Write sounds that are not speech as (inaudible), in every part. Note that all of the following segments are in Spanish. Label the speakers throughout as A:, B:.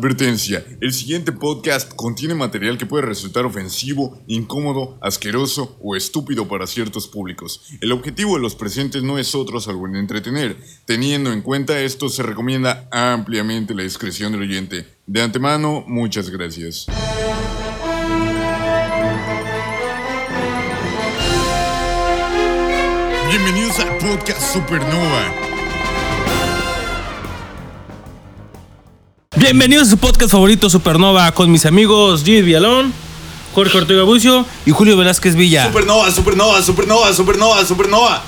A: Advertencia, el siguiente podcast contiene material que puede resultar ofensivo, incómodo, asqueroso o estúpido para ciertos públicos. El objetivo de los presentes no es otro salvo el entretener. Teniendo en cuenta esto, se recomienda ampliamente la discreción del oyente. De antemano, muchas gracias. Bienvenidos al podcast Supernova.
B: Bienvenidos a su podcast favorito Supernova con mis amigos Gid Vialón, Jorge Ortega Bucio y Julio Velázquez Villa.
C: Supernova, supernova, supernova, supernova, supernova.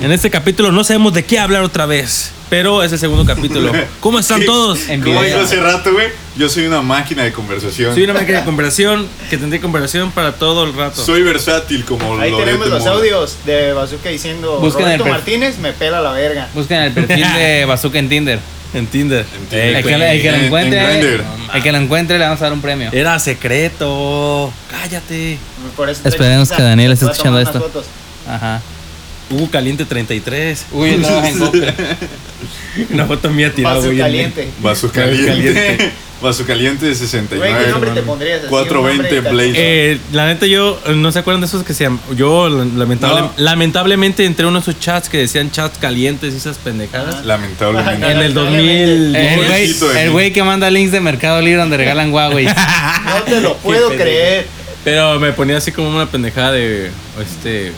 B: En este capítulo no sabemos de qué hablar otra vez, pero es el segundo capítulo. ¿Cómo están
C: ¿Qué?
B: todos?
D: En
C: Como
D: video.
C: dijo hace rato, güey, yo soy una máquina de conversación.
B: Soy una máquina de conversación que tendré conversación para todo el rato.
C: Soy versátil como
E: Ahí
A: este
C: Loreto
E: tenemos los
C: Mora.
E: audios de Bazooka diciendo
D: Busquen el
E: Roberto
D: perfil.
E: Martínez me pela la verga.
D: Busquen el perfil de Bazooka en Tinder.
B: En Tinder. Eh,
C: Tinder.
D: el, que, el que lo
C: En- en
D: encuentre,
C: Grindr.
D: el que lo encuentre le vamos a dar un premio.
B: Era secreto. Cállate.
E: Por eso te-
D: Esperemos que Daniel esté
E: Voy a tomar
D: escuchando
E: unas fotos.
D: Ajá.
B: Hugo Caliente 33.
D: Uy, yo trabajo en Coppel.
B: Una foto mía tirada.
E: Vaso
B: güey, en-
E: caliente.
C: Vaso
B: Caliente.
C: caliente. Vaso caliente de
E: Güey,
C: 69.
E: ¿qué nombre te pondrías? así?
C: 420
E: Un nombre
C: Blaze.
B: Eh, la neta, yo eh, no se acuerdan de esos que se llaman. Yo la- lamentable-
C: No.
B: lamentablemente entré a uno de esos chats que decían chats calientes y esas pendejadas.
C: Lamentablemente.
B: En el 2000.
E: Lamentablemente.
D: El Ah, güey-
C: Pobrecito de
D: el
C: mí.
D: güey que manda links de Mercado Libre donde regalan Huawei.
E: caliente. No te lo puedo
B: Qué
E: creer.
B: Pero me ponía así como una pendejada de este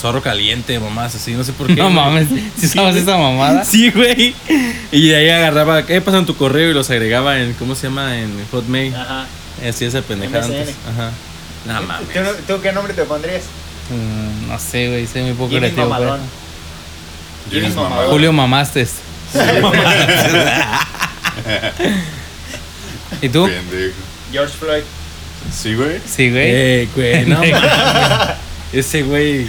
B: zorro caliente, mamás, así, no sé por qué.
D: No
B: güey.
D: mames, si sabes esa mamada.
B: Sí, güey. Y de ahí agarraba, ¿qué pasa en tu correo? Y los agregaba en, ¿cómo se llama? En Hotmail.
D: Ah.
E: Ajá.
B: Así esa pendejada
E: MSN.
B: antes. Ajá. No mames.
E: ¿Tú, no- tú qué nombre te pondrías?
D: Mm, No sé, güey, soy muy poco
E: Jimmy
D: creativo. güey.
E: Mamalón. Jimmy
C: Jimmy
E: Mamalón.
D: Julio Mamastes. (laughs) ¿Y tú?
C: Pendejo.
E: George Floyd.
C: Sí, güey.
D: Sí, güey.
B: Eh, güey,
D: (laughs)
B: no mames. Ese güey.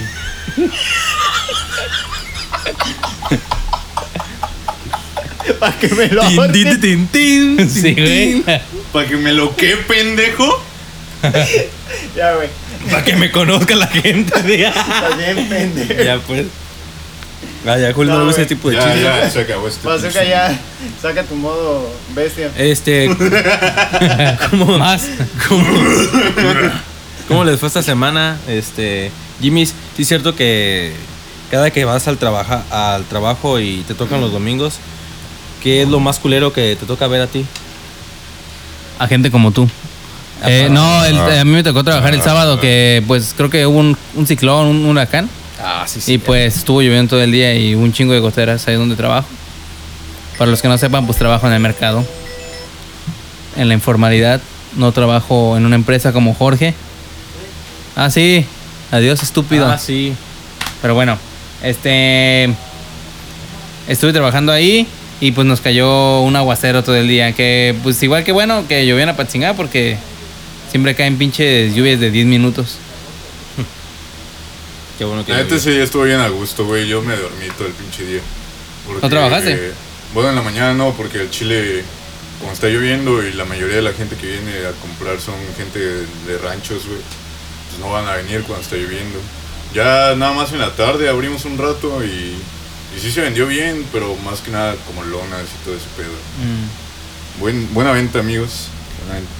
E: Para que me lo
B: Tin, tin, tin, tin, tin,
D: Sí, güey.
B: tin.
C: Para que me lo que pendejo.
E: Ya, güey.
B: Para que me conozca la gente. (laughs) diga.
E: Estás bien pendejo.
B: ya, pues. Ah, ya, Julio, no,
E: No,
B: usa ese
E: güey.
B: tipo de
C: ya,
B: chistes.
C: ya, se acabó este.
E: Bazooka ya. Saca tu modo bestia.
B: Este. (laughs) ¿Cómo,
D: Más.
B: ¿Cómo, cómo les fue esta semana? Este. Jimmy, sí es cierto que cada que vas al, trabaja, al trabajo y te tocan los domingos, ¿qué es lo más culero que te toca ver a ti?
D: a gente como tú.
B: Ah,
D: Eh, no, el- a mí me tocó trabajar el sábado que pues creo que hubo un, un ciclón, un huracán
B: Ah, sí,
D: y pues estuvo lloviendo todo el día y un chingo de goteras ahí donde trabajo. Para los que no sepan, pues trabajo en el mercado. En la informalidad, no trabajo en una empresa como Jorge. Ah, sí. Adiós, estúpido.
B: Ah, sí.
D: Pero bueno, este. Estuve trabajando ahí y pues nos cayó un aguacero todo el día. Que pues igual que bueno que llovió en Apatzingá porque siempre caen pinches lluvias de 10 minutos.
B: Qué bueno que.
C: La neta
B: llovió.
C: sí, estuvo bien a gusto, güey. Yo me dormí todo el pinche día. Porque,
D: ¿No trabajaste?
C: eh, bueno, en la mañana no, porque el Chile, como está lloviendo y la mayoría de la gente que viene a comprar son gente de, de ranchos, güey, pues no van a venir cuando está lloviendo. Ya nada más en la tarde abrimos un rato y, y sí se vendió bien, pero más que nada como lonas y todo ese pedo. Buen, buena venta, amigos. Buena venta.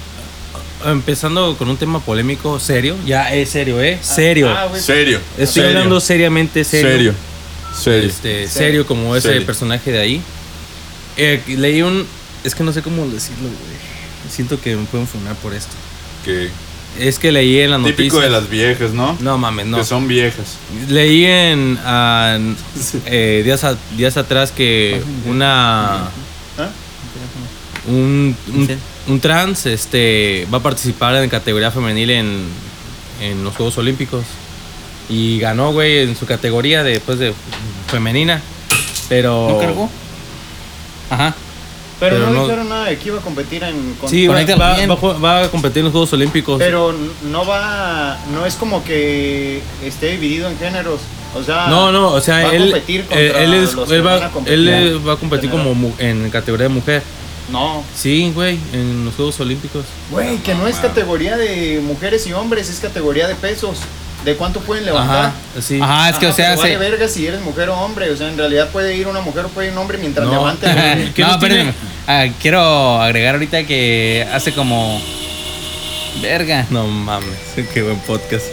B: Empezando con un tema polémico, serio. Ya es serio, ¿eh? Serio.
E: Ah, güey.
C: Serio.
B: Estoy
C: serio,
B: hablando seriamente, serio.
C: Serio. Serio.
B: este,
E: Sí.
B: serio como ese
C: Serio.
B: personaje de ahí. Eh, leí un. Es que no sé cómo decirlo, güey. Siento que me pueden funar por esto.
C: Que,
B: Es que leí en la noticia.
C: típico de las viejas, ¿no?
B: No mames, no.
C: Que son viejas.
B: Leí en. ah, en, eh, días, a- días atrás que una.
E: ¿Ah?
B: Un, un,
D: Sí.
B: un trans este, va a participar en categoría femenil en, en los Juegos Olímpicos. Y ganó, güey, en su categoría de, pues, de femenina. Pero.
D: ¿No cargó? Ajá.
E: Pero,
B: Pero
E: no,
B: no-
E: dijeron nada de que iba a competir en. con-
B: Sí, va,
D: Conéctalo
B: va-
D: bien.
B: va a ju- va a competir en los Juegos Olímpicos.
E: Pero no va, no es como que esté dividido en géneros. O sea,
B: no, no, o sea,
E: ah, va a
B: él,
E: competir
B: él,
E: contra
B: él es-
E: los
B: él
E: que
B: va,
E: van a competir.
B: él, eh, va a competir
E: General.
B: como mu- en categoría de mujer.
E: no.
B: Sí, güey, en los Juegos Olímpicos.
E: Güey, que no es categoría de mujeres y hombres, es categoría de pesos. ¿De cuánto pueden levantar?
B: Ajá, Ah, sí.
D: Ajá, es que
E: Ajá,
D: o sea,
E: pero
D: se-
E: vale verga si eres mujer o hombre, o sea, en realidad puede ir una mujer o puede ir un hombre mientras
B: No.
E: levante.
B: (laughs)
E: güey.
B: ¿Qué
D: (laughs) No,
B: no tiene-
D: espérenme. Ah, quiero agregar ahorita que hace como. Verga.
B: No mames, qué buen podcast.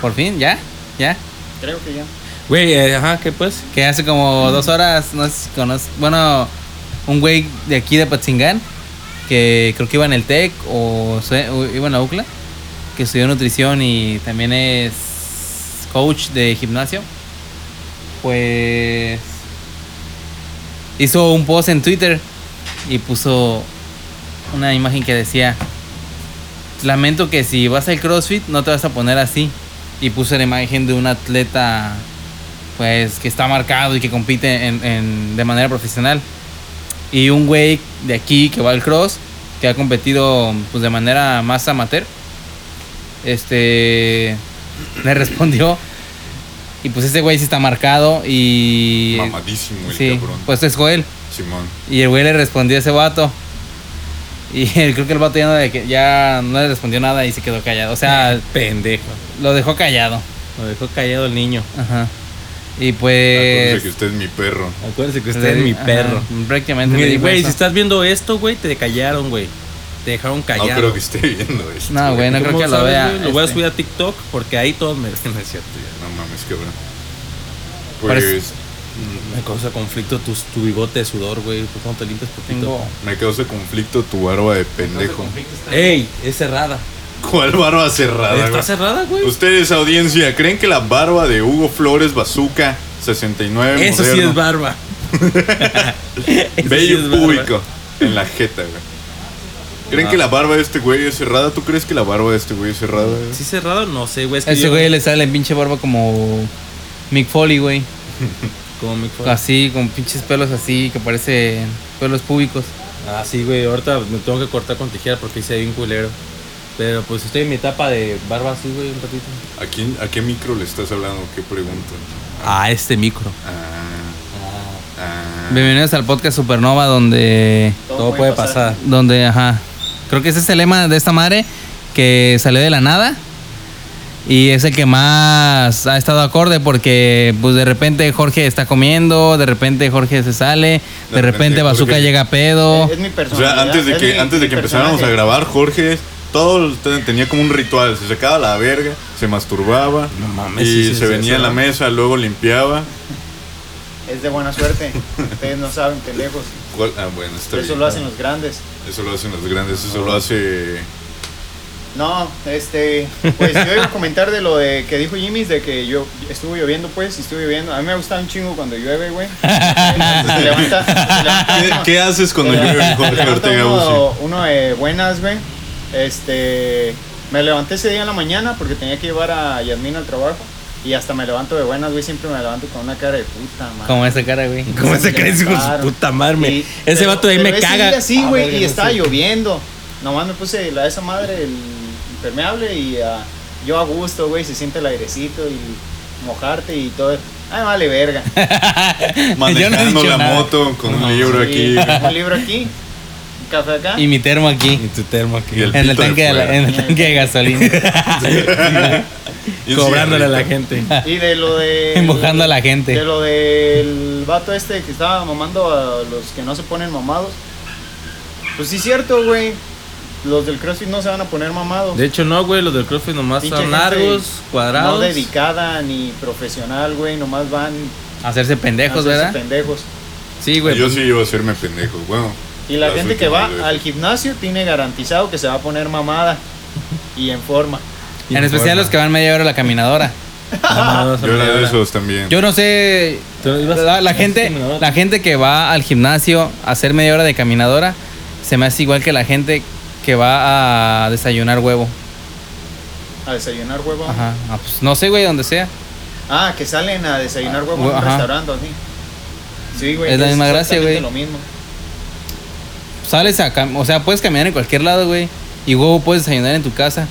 D: Por fin, ya, ya.
E: Creo que ya.
B: Güey, eh, ajá, ¿qué pues?
D: Que hace como dos horas, no sé si conoces- Bueno, un güey de aquí de Patzingán, que creo que iba en el TEC o, se- o iba en la UCLA, que estudió nutrición y también es coach de gimnasio. Pues. Hizo un post en Twitter y puso una imagen que decía: Lamento que si vas al CrossFit no te vas a poner así. Y puso la imagen de un atleta pues que está marcado y que compite en- en- de manera profesional. Y un güey de aquí que va al cross, que ha competido pues de manera más amateur, este le (laughs) respondió y pues ese güey sí está marcado y
C: Mamadísimo el
D: sí,
C: cabrón.
D: pues es Joel.
C: Simón. Ah,
D: Y el güey le respondió a ese vato. Y (laughs) él- creo que el vato ya no, le, ya no le respondió nada y se quedó callado.
B: (laughs)
D: O sea,
B: Ah, Pendejo.
D: lo dejó callado.
B: Lo dejó callado el niño.
D: Ajá. Y
B: eh,
C: Acuérdense que
D: pues...
C: usted es mi perro.
B: Acuérdense Ah, que
D: le
B: usted es
D: di-
B: mi
D: ajá,
B: perro.
D: prácticamente le
B: Güey,
D: dijo
B: güey,
D: eso.
B: si estás viendo esto, güey, te callaron, güey. Te dejaron callado.
C: No creo que esté (laughs) viendo esto.
D: No, güey, no creo
B: ¿Cómo
D: que lo
B: sabes,
D: vea.
B: güey? Lo voy a
D: este.
B: subir a TikTok porque ahí todos me (laughs) no es cierto.
C: No mames, Pues, cabrón. Pues
D: Parece-
B: Me causa conflicto tu, tu bigote de sudor, güey. ¿Por qué no te limpias poquito?
D: Tengo.
C: me causa conflicto tu barba de pendejo.
B: ¡Ey! Es cerrada.
C: ¿Cuál barba cerrada?
B: ¿Está
C: güey?
B: cerrada, güey?
C: Ustedes, audiencia, ¿creen que la barba de Hugo Flores Bazooka 69
B: Eso sí
C: moderno,
B: es (laughs) barba. Eso
C: bello
B: sí es barba. Ah.
C: público en la jeta, güey? ¿Creen que la barba de este güey es cerrada? ¿Tú crees que la barba de este güey es cerrada? güey?
B: ¿Sí cerrado? No sé, güey. Es que
D: Ese
B: yo-
D: güey le sale pinche barba como Mick Foley, güey.
B: Como mi cuerpo.
D: Así, con pinches pelos así, que parecen pelos públicos.
B: Ah, sí, güey. Ahorita me tengo que cortar con tijera porque hice bien culero. Pero pues estoy en mi etapa de barba así, güey, un ratito.
C: ¿A, quién, ¿A qué micro le estás hablando? ¿Qué pregunta?
B: A este micro.
C: Ah, ah.
D: Bienvenidos al podcast Supernova, donde.
B: Todo, puede pasar.
D: Donde, ajá. Creo que ese es el lema de esta madre que salió de la nada. Y es el que más ha estado acorde porque pues de repente Jorge está comiendo, de repente Jorge se
C: De
D: sale, de,
C: repente Eh,
D: repente Bazooka
C: Jorge-
D: llega a pedo.
E: Es, es mi
C: O sea,
E: personalidad.
C: antes de
E: es
C: que,
E: mi-
C: antes de
E: mi
C: que empezáramos a
E: personaje.
C: grabar, Jorge todo te- tenía como un ritual. Se sacaba la verga, se masturbaba
B: No mames,
C: y
B: sí, sí,
C: se
B: sí,
C: venía
B: eso.
C: en la mesa, luego limpiaba.
E: Es de
C: (laughs)
E: buena suerte. Ustedes no saben, pendejos.
C: ¿Cuál? Ah, bueno, está
E: Eso
C: bien.
E: lo hacen los Ah. grandes.
C: Eso lo hacen los grandes, eso lo hace...
E: (laughs) No, este, pues yo iba a comentar de lo de que dijo Jimmy, de que yo estuvo lloviendo, pues, y estuvo lloviendo. A mí me gusta un chingo cuando llueve, güey. Se levanta, se levanta
C: ¿Qué,
E: uno-
C: qué haces cuando
E: se
C: llueve,
E: levanta
C: Jorge Ortega Busi?
E: uno, uno de buenas, güey. Este, me levanté ese día en la mañana porque tenía que llevar a Yasmín al trabajo. Y hasta me levanto de buenas, güey. Siempre me levanto con una cara de puta, madre.
D: Como esa cara, güey.
B: ¿Cómo se crees, hijo de su
E: Claro.
B: puta madre? me-
E: Y-
B: Ese
E: pero-
B: vato de ahí
E: pero
B: me
E: ese
B: caga.
E: día sí,
B: Ah,
E: güey,
B: verga,
E: y
B: no
E: estaba
B: sé.
E: lloviendo. Nomás me puse la esa madre, el impermeable, y ah, yo a gusto, güey, se siente el airecito y mojarte y todo. Ay, vale verga.
C: (laughs)
E: (laughs)
C: Manejando
D: dicho
C: la
D: nada.
C: moto con un libro
E: Sí,
B: (laughs)
C: aquí.
E: Un libro aquí, un café acá.
D: Y mi termo aquí.
B: Y tu termo aquí.
C: Y el-
D: En el,
C: pito de
D: tanque de la-
C: fuera.
D: en el tanque de gasolina.
C: (laughs) y un
B: Cobrándole a la
C: cigarrito.
B: gente.
E: (laughs) Y de lo de.
D: Mojando a la gente.
E: De lo del vato este que estaba mamando a los que no se ponen mamados. Pues sí, cierto, güey. Los del CrossFit no se van a poner mamados.
B: De hecho, no, güey, los del CrossFit nomás
E: Pinche
B: son
E: gente
B: largos, cuadrados.
E: No dedicada ni profesional, güey. Nomás van.
D: Hacerse
E: a
D: pendejos,
E: hacerse
D: ¿verdad?
E: Pendejos.
D: Sí, güey.
B: pues.
C: Yo sí iba a hacerme pendejo, bueno.
E: Y la
C: las
E: gente que va
C: últimas veces.
E: al gimnasio tiene garantizado que se va a poner mamada y en forma.
D: En especial los que van media hora a la caminadora.
B: Ah,
C: Yo era de esos también.
D: Yo no sé.
B: Tú ibas-
D: La, la
B: ibas
D: gente,
B: Pues caminadora.
D: la gente que va al gimnasio a hacer media hora de caminadora se me hace igual que la gente que va a desayunar huevo.
E: A desayunar huevo.
D: Ajá. Ah, pues, no sé, güey, donde sea.
E: Ah, que salen a desayunar huevo en un
D: Ah, Ajá.
E: restaurante así. Sí, güey.
D: Es la misma gracia,
E: exactamente
D: güey.
E: lo mismo.
D: Sales a cam- O sea, puedes caminar en cualquier lado, güey. Y huevo puedes desayunar en tu casa.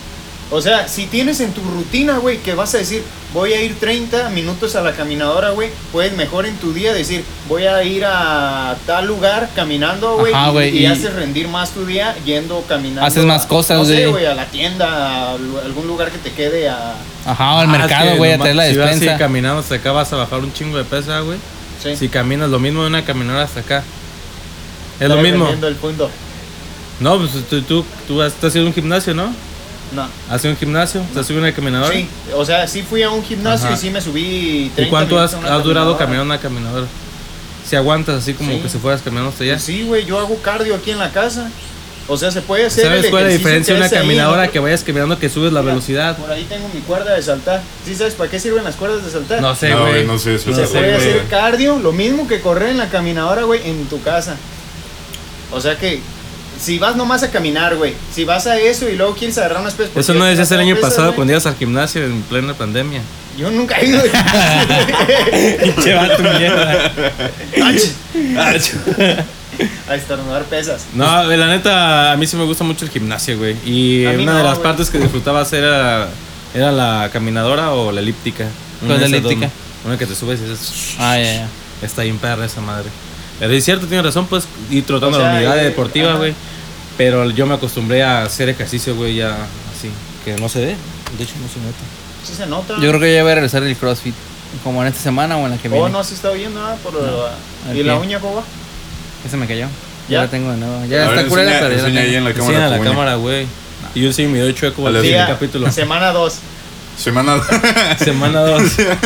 E: O sea, si tienes en tu rutina, güey, que vas a decir, voy a ir 30 minutos a la caminadora, güey, puedes mejor en tu día decir, voy a ir a tal lugar caminando, güey,
D: Ajá,
E: y-
D: güey,
E: y,
D: y-
E: haces rendir más tu día yendo caminando.
D: Haces más
E: a-
D: cosas,
E: no sé,
D: güey.
E: güey, a la tienda, a lu- algún lugar que te quede a...
D: Ajá, o al
B: Ah, es
D: mercado,
B: que
D: güey, a
B: nomás
D: traer la
B: si vas así
D: despensa.
B: caminando hasta acá vas a bajar un chingo de pesa, güey.
E: Sí.
B: Si caminas lo mismo de una caminadora hasta acá. Es
E: Está
B: lo mismo.
E: defendiendo el punto.
B: No, pues tú, tú, tú has, tú has ido a un gimnasio, ¿no?
E: No.
B: ¿Has ido a un gimnasio? ¿Te has subido a una caminadora?
E: Sí, o sea, sí fui a un gimnasio
B: Ajá.
E: y sí me subí 30
B: ¿Y cuánto has,
E: minutos a una
B: has durado
E: caminadora.
B: caminando una caminadora? Si aguantas así como
E: Sí.
B: que si fueras caminando hasta allá.
E: Pues sí, güey, yo hago cardio aquí en la casa. O sea, se puede hacer.
B: ¿Sabes
E: el
B: cuál es la
E: ejercicio
B: diferencia
E: que
B: de una
E: hace ahí,
B: caminadora
E: ¿no?
B: que vayas caminando que subes la
E: Mira,
B: velocidad?
E: Por ahí tengo mi cuerda de saltar. ¿Sí sabes para qué sirven las cuerdas de saltar?
B: No sé,
C: No,
B: güey.
C: güey, no sé, eso
E: Se
C: es
B: sé,
E: puede
B: güey.
E: hacer cardio, lo mismo que correr en la caminadora, güey, en tu casa. O sea que si vas nomás a caminar, güey, si vas a eso y luego quieres agarrar unas pesas. porque
B: Eso no
E: ya
B: decías el
E: no
B: año
E: pesas,
B: pasado
E: güey.
B: cuando ibas al gimnasio en plena
E: (laughs)
B: pandemia.
E: Yo nunca he ido. güey.
B: (laughs) Pinche vato, mierda.
E: (laughs) a estornudar pesas.
B: No, la neta, a mí sí me gusta mucho el gimnasio, güey. Y
E: A mí
B: una de
E: no,
B: las
E: güey.
B: partes que disfrutabas era, era la caminadora o la elíptica. Una
D: ¿Cuál
B: de
D: es la
B: esas dos,
D: elíptica?
B: ¿no? Una que te subes y dices,
D: Ah, ya, ya.
B: está bien perra esa madre. Pero es cierto, tienes razón, pues, ir trotando
E: O sea,
B: la unidad
E: eh,
B: deportiva,
E: ajá.
B: güey. Pero yo me acostumbré a hacer ejercicio, güey, ya así. Que no se ve. De hecho, no se nota.
E: Sí se nota.
D: Yo creo que ya voy a regresar el CrossFit. Como en esta semana o en la que viene.
E: Oh, no se está oyendo nada por la-
D: al
E: ¿Y la
D: pie.
E: uña cómo va?
D: Ya se me cayó. Ya,
E: ¿Ya?
D: la tengo de nuevo.
C: A
D: Ya
C: ver,
D: está curada,
C: enseña-
D: pero ya la
C: enseña ahí
D: tengo.
C: en la
B: Sí,
C: cámara.
B: a la
C: tu uña.
B: cámara, güey. Y yo sí me doy chueco
C: A
B: al
C: la
B: siguiente
C: (laughs)
E: Día-
B: capítulo.
E: Semana 2.
C: Semana. (laughs)
B: Semana 2.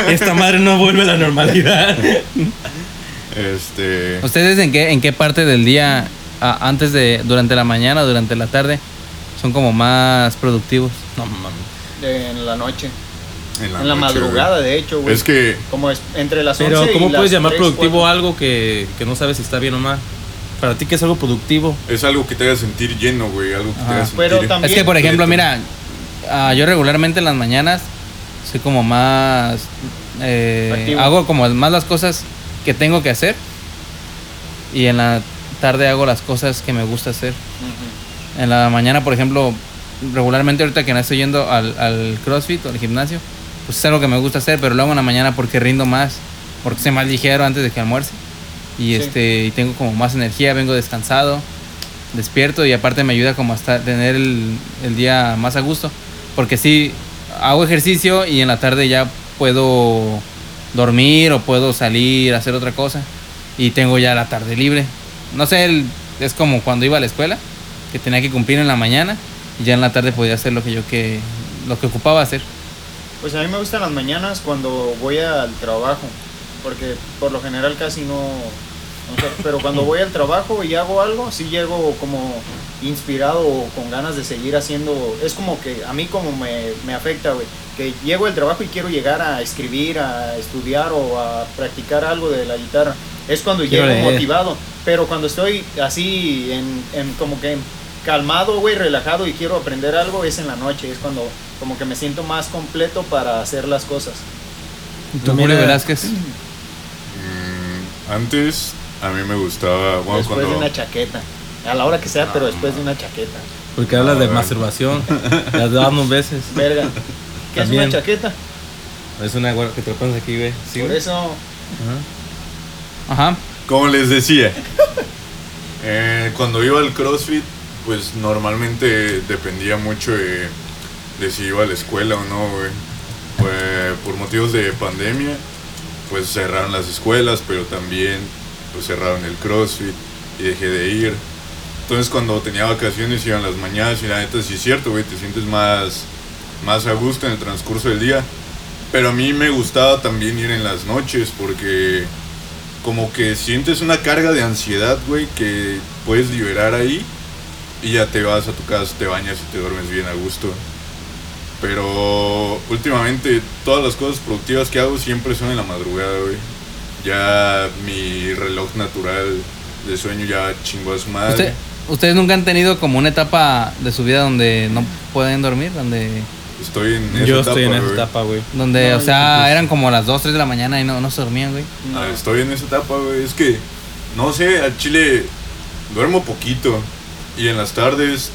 B: Esta madre no vuelve a la
C: (laughs)
B: normalidad.
C: este.
D: ¿Ustedes en qué, en qué parte del día, a- antes de, durante la mañana, durante la tarde, son como más productivos?
B: No mames.
E: En la noche.
C: En la,
E: en la
C: noche, güey.
E: madrugada, de hecho, güey.
C: Es que.
E: Como es- entre las 11
B: Pero
E: y
B: ¿cómo
E: las
B: puedes llamar
E: 3,
B: productivo
E: 4.
B: algo que, que no sabes si está bien o mal? Para ti, ¿qué es algo productivo?
C: Es algo que te haga sentir lleno, güey. Algo que te haga
D: Ajá.
C: sentir.
E: Pero tam-
D: Es
E: También,
D: que, por ejemplo,
C: pero-
D: mira, ah, yo regularmente en las mañanas soy como más. eh,
E: Activo.
D: hago como más las cosas que tengo que hacer. Y en la tarde hago las cosas que me gusta hacer.
E: Ujú.
D: En la mañana, por ejemplo, regularmente ahorita que no estoy yendo al, al CrossFit o al gimnasio, pues es algo que me gusta hacer, pero lo hago en la mañana porque rindo más, porque soy más ligero antes de que almuerce. Y
E: Sí.
D: este y tengo como más energía, vengo descansado, despierto y aparte me ayuda como hasta tener el, el día más a gusto. Porque sí, hago ejercicio y en la tarde ya puedo dormir o puedo salir a hacer otra cosa y tengo ya la tarde libre. No sé, el- es como cuando iba a la escuela, que tenía que cumplir en la mañana y ya en la tarde podía hacer lo que yo que lo que ocupaba hacer.
E: Pues a mí me gustan las mañanas cuando voy al trabajo. Porque por lo general casi no. no sé, pero cuando voy al trabajo y hago algo, sí llego como inspirado o con ganas de seguir haciendo. Es como que a mí como me, me afecta, güey. Que llego al trabajo y quiero llegar a escribir, a estudiar o a practicar algo de la guitarra. Es cuando
D: Quiero
E: llego
D: leer.
E: motivado. Pero cuando estoy así, en, en como que calmado, güey, relajado y quiero aprender algo, es en la noche. Es cuando como que me siento más completo para hacer las cosas.
D: ¿Tú, Julio
B: mira-
D: Velázquez?
C: Mm, antes, a mí me gustaba. Bueno,
E: después
C: cuando.
E: de una chaqueta. A la hora que sea, pero después de una chaqueta.
B: Porque hablas
C: A
B: de
C: ver. (laughs)
B: masturbación. Las damos veces.
E: Verga. ¿Qué es
B: También.
E: una chaqueta?
B: Es una guarda que te la pones aquí, güey. Sí,
E: Por
B: güey.
E: eso.
D: Ajá.
C: Como les decía, (laughs) eh, cuando iba al CrossFit, pues normalmente dependía mucho de, de si iba a la escuela o no, güey. Pues, por motivos de pandemia, pues cerraron las escuelas, pero también pues cerraron el CrossFit y dejé de ir. Entonces cuando tenía vacaciones iban las mañanas y la neta sí es cierto, güey, te sientes más, más a gusto en el transcurso del día. Pero a mí me gustaba también ir en las noches porque como que sientes una carga de ansiedad, güey, que puedes liberar ahí y ya te vas a tu casa, te bañas y te duermes bien a gusto. Pero últimamente todas las cosas productivas que hago siempre son en la madrugada, güey. Ya mi reloj natural de sueño ya chingó a su madre.
D: ¿Usted- ¿Ustedes nunca han tenido como una etapa de su vida donde no pueden dormir? Donde,
C: Estoy en esa
B: Yo
C: etapa,
B: estoy en esa
C: güey.
B: etapa, güey.
D: donde
E: No,
D: o
E: yo
D: sea, eran como las 2, 3 de la mañana y no, no se dormían, güey.
E: No.
C: Ah, estoy en esa etapa, güey. Es que, no sé, al chile duermo poquito. Y en las tardes,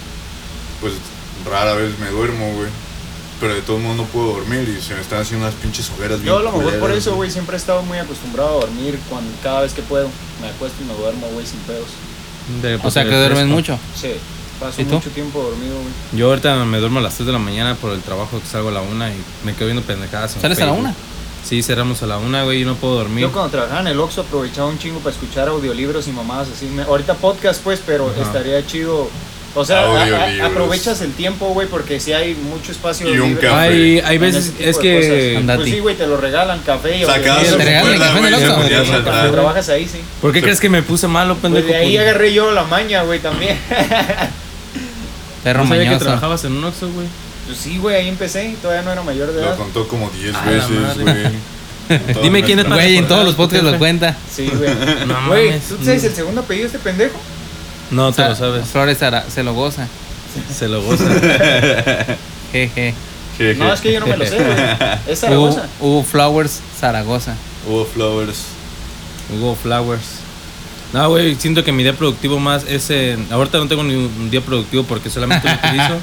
C: pues rara vez me duermo, güey. Pero de todo modo no puedo dormir y se me están haciendo unas pinches hogueras bien
E: Yo a lo mejor por
C: culeras,
E: eso, güey, siempre he estado muy acostumbrado a dormir cuando, cada vez que puedo. Me acuesto y me duermo, güey, sin pedos.
B: De-
D: O
B: pues,
D: sea,
B: de
D: que duermen
B: fresco.
D: mucho.
E: Sí. Paso
D: ¿Y tú?
E: mucho tiempo dormido, güey.
B: Yo ahorita me duermo a las 3 de la mañana por el trabajo que salgo a la 1 y me quedo viendo pendejadas. en
D: ¿Sales a la
B: Facebook.
D: una?
B: Sí, cerramos a la una, güey, yo no puedo dormir.
E: Yo cuando trabajaba en el Oxxo aprovechaba un chingo para escuchar audiolibros y mamadas así. Me- ahorita podcast, pues, pero estaría chido. O sea, a- a-
C: Audiolibros.
E: aprovechas el tiempo, güey, porque si hay mucho espacio
C: Y un
E: libre.
C: café.
B: Hay, hay
E: en
B: veces,
E: ese tipo
B: es
E: de
B: que...
E: cosas.
D: Andati.
E: Pues sí, güey, te lo regalan, café y
C: Sacabas
D: Te
C: su
E: audiolibros.
D: regalan el
C: cuerda,
D: café en
C: güey,
D: el
C: y se
D: Oxxo.
C: ponía a
E: Cuando
C: saltar.
E: trabajas ahí, sí.
B: ¿Por qué crees que me puse malo,
E: Pues
B: pendejo?
E: de ahí
B: Por-
E: agarré yo la maña,
B: (laughs)
E: güey, también.
D: Perro
B: no sabía que
D: mañoso.
B: trabajabas en un Oxxo, güey.
E: Pues sí, güey, ahí empecé, todavía no era mayor de
C: Lo
E: edad.
C: contó como 10
B: A la
C: veces,
B: madre.
C: güey.
E: (laughs)
C: En toda
B: Dime quién es
C: nuestra-
D: Güey, en todos los podcasts
B: Jefe.
D: lo cuenta.
E: Sí, güey.
B: (laughs) No
E: Güey,
B: mames.
E: ¿tú sabes el segundo apellido de este pendejo?
B: No, te
D: Sa-
B: lo
D: (laughs)
B: sabes.
D: Flores Ara- se lo goza.
B: Se lo goza.
D: Jeje.
C: Jeje.
E: No, es que yo no me lo sé, güey.
C: (laughs)
E: Es
D: Hugo,
E: Zaragoza.
D: Hugo Flowers Zaragoza.
C: Hubo flowers.
B: Hugo Flowers. No, güey, siento que mi día productivo más es en... Ahorita no tengo ni un día productivo porque solamente lo
E: (laughs)
B: utilizo.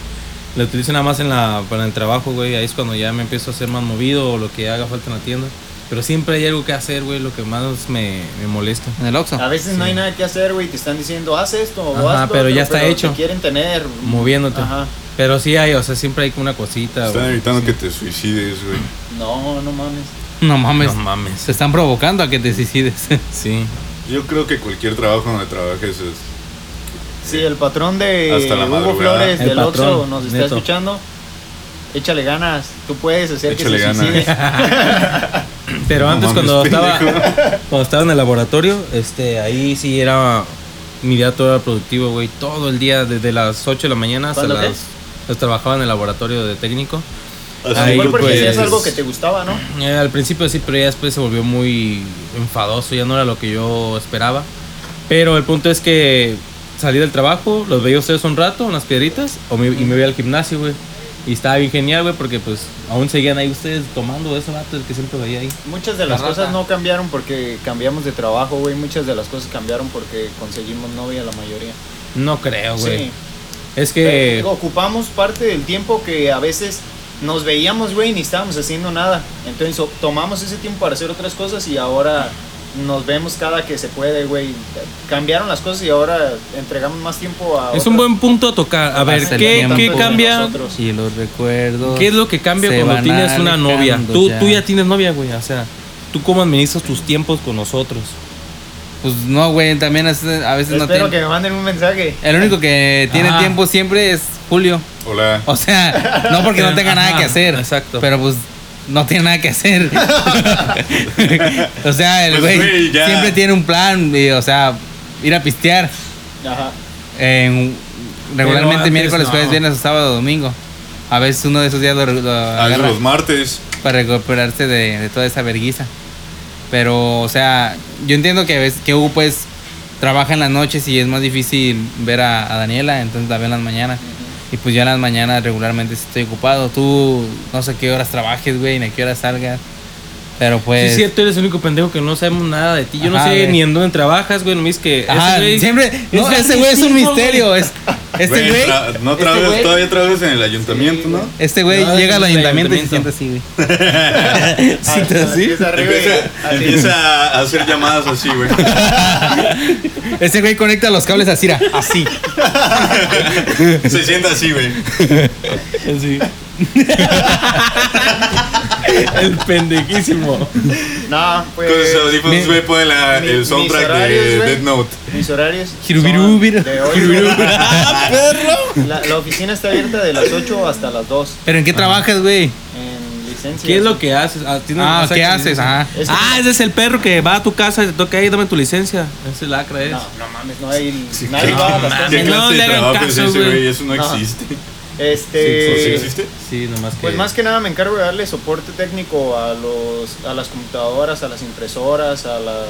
B: Lo utilizo nada más en la, para el trabajo, güey. Ahí es cuando ya me empiezo a hacer más movido o lo que haga falta en la tienda. Pero siempre hay algo que hacer, güey, lo que más me, me molesta.
D: En el Oxxo.
E: A veces no hay nada que hacer, güey, te están diciendo, haz esto o
B: Ajá,
E: haz lo
B: pero
E: otro",
B: ya está
E: te
B: hecho.
E: quieren tener
B: Moviéndote.
E: Ajá.
B: Pero sí hay, o sea, siempre hay como una cosita.
C: Están
B: Ah, güey.
C: evitando que te suicides, güey.
E: No, no mames.
D: No mames.
B: No mames.
D: Se están provocando a que te suicides.
B: Sí.
C: Yo creo que cualquier trabajo donde trabajes es.
E: Sí, el patrón de
C: Hasta la
E: Hugo
C: madrugada.
E: Flores
B: El
E: del Oxxo
B: patrón,
E: nos está
B: neto.
E: escuchando. Échale ganas, tú puedes hacer
C: Échale
E: que se
B: (laughs)
C: ganas.
E: suicide.
B: (laughs) Pero
C: No
B: antes
C: mames,
B: cuando estaba
C: pendejo.
B: cuando estaba en el laboratorio, este ahí sí era mi día todo era productivo, güey, todo el día desde las 8 de la mañana hasta
E: ¿Cuándo qué?
B: las pues, trabajaba en el laboratorio de técnico.
C: Así,
B: Ay,
E: Igual porque
B: pues-
E: si es algo que te gustaba, ¿no?
B: Eh, al principio sí, pero ya después se volvió muy enfadoso, ya no era lo que yo esperaba. Pero el punto es que salí del trabajo, los veía a ustedes un rato, unas piedritas, o me- y me veía al gimnasio, güey. Y estaba bien genial, güey, porque pues aún seguían ahí ustedes tomando ese vato, el que siempre veía ahí.
E: Muchas de las
D: La
E: cosas
D: rata.
E: no cambiaron porque cambiamos de trabajo, güey. Muchas de las cosas cambiaron porque conseguimos novia la mayoría.
B: No creo, Ah, güey.
E: Sí.
B: Es que...
E: Eh, ocupamos parte del tiempo que a veces nos veíamos, güey, y ni estábamos haciendo nada. Entonces o- tomamos ese tiempo para hacer otras cosas y ahora nos vemos cada que se puede, güey. Cambiaron las cosas y ahora entregamos más tiempo a...
B: Es
E: otras-
B: un buen punto a tocar. A ver,
D: Pasa el
B: ¿qué,
D: tiempo
B: qué
D: de
B: cambia?
E: nosotros.
D: Y los recuerdos.
B: ¿Qué es lo que cambia
D: se
B: cuando
D: van
B: tienes una
D: alejando
B: novia? Tú
D: ya.
B: tú ya tienes novia, güey. O sea, ¿tú cómo administras tus tiempos con nosotros?
D: Pues no, güey. También es- a veces no
E: Espero
D: tiene.
E: que me manden un mensaje.
D: El único que tiene
B: Ajá.
D: tiempo siempre es Julio.
C: Hola.
D: O sea, no porque no tenga nada
B: Ajá,
D: que hacer.
B: exacto.
D: Pero pues no tiene nada que hacer. (laughs) o sea, el
C: Pues,
D: güey
C: güey, ya.
D: siempre tiene un plan. y, o sea, ir a pistear.
E: Ajá.
D: en- regularmente
B: antes
D: miércoles,
B: no.
D: jueves, viernes, sábado, domingo. A veces uno de esos días lo, lo
E: Ah,
C: A
D: agarra
C: los martes.
D: para recuperarse de, de toda esa verguiza. Pero, o sea, yo entiendo que, a veces- que Hugo pues trabaja en las noches y es más difícil ver a, a Daniela, entonces la veo en las mañanas. Y pues yo en las mañanas regularmente sí estoy ocupado. Tú no sé qué horas trabajes, güey, ni a qué horas salgas. Pero
B: Sí,
D: pues...
B: es cierto, eres el único pendejo que no sabemos nada de ti. Yo no
D: Ajá,
B: sé
D: güey.
B: ni en dónde trabajas, güey. No me dices que. ese
D: Ajá,
B: güey
D: siempre... No,
B: es
D: ese güey es un
B: artístico,
D: misterio.
B: güey.
D: Es, este
C: Güey,
D: güey...
C: tra- no
D: este
C: trabajas,
D: güey-
C: todavía trabajas en el ayuntamiento, ¿no?
D: Este güey
B: No,
D: llega al
B: es el
D: ayuntamiento y se sienta
B: ayuntamiento.
D: así, güey. (laughs) Sí, está así.
E: Empieza Ah, arriba y-
C: Empieza,
E: así.
C: empieza a hacer llamadas así,
E: (laughs)
C: güey.
D: Ese güey conecta los cables así, era, así.
C: Se sienta así, güey.
B: (laughs) El pendejísimo.
E: No, pues...
C: Con sus audífonos,
D: mi-
C: güey, pone la-
E: mi-
C: el
E: mis
C: soundtrack de
E: horarios, güey.
C: Dead Note.
E: Mis horarios.
D: Jirubirú,
E: son
D: mira,
E: de ocho- (laughs) La, la oficina está abierta de las 8 hasta las 2
D: ¿Pero en qué trabajas, güey?
E: en licencia.
B: ¿Qué es lo que haces? Ah, ¿tienes-
D: Ah,
B: o sea,
D: ¿qué
B: que-
D: haces? Ajá.
E: Es que-
B: Ah, ese es el perro que va a tu casa y te toca ahí, dame tu licencia. Ese lacra es.
E: No, no mames, no hay...
C: ¿Qué,
E: nadie va a las cosas.
C: Ah, qué
B: no
C: clase
B: le
C: de
B: hagan
C: trabajo
B: caso,
C: es ese,
B: güey.
C: güey? Eso no,
E: No.
C: existe. ¿O sí
E: Este...
C: existe?
B: Sí, nomás que.
E: Pues más que nada me encargo de darle soporte técnico a los a las computadoras, a las impresoras, a la-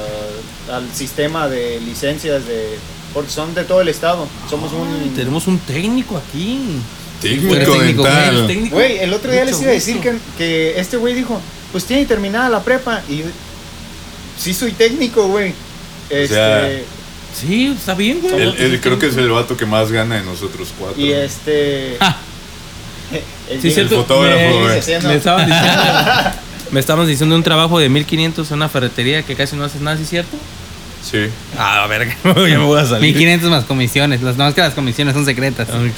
E: al sistema de licencias de porque son de todo el estado. Somos
B: Ay,
E: un
B: Tenemos un técnico aquí.
C: Técnico
D: técnico, güey,
B: Eres
C: dental.
B: técnico.
E: Güey, el otro día
B: Mucho
E: les iba a decir
B: gusto.
E: que, que este güey dijo, "Pues tiene terminada la prepa" y yo, sí soy técnico, güey. Este
C: sea,
B: Sí, está bien, güey.
C: Él, él creo que es el vato que más gana de nosotros cuatro.
E: y este
D: Ah.
E: (laughs) el
B: Sí,
E: día-
B: cierto.
C: fotógrafo,
B: me,
C: güey.
E: Sí, sí, sí,
B: me
E: no.
B: estaban
E: (laughs)
B: diciendo. me estaban diciendo un trabajo de 1500 en una ferretería que casi no haces nada, ¿sí es cierto?
C: Sí.
B: Ah, la verga, ya
C: Oh,
B: me voy a salir.
D: 1500 más comisiones. Las, nomás que las comisiones son secretas. (laughs) No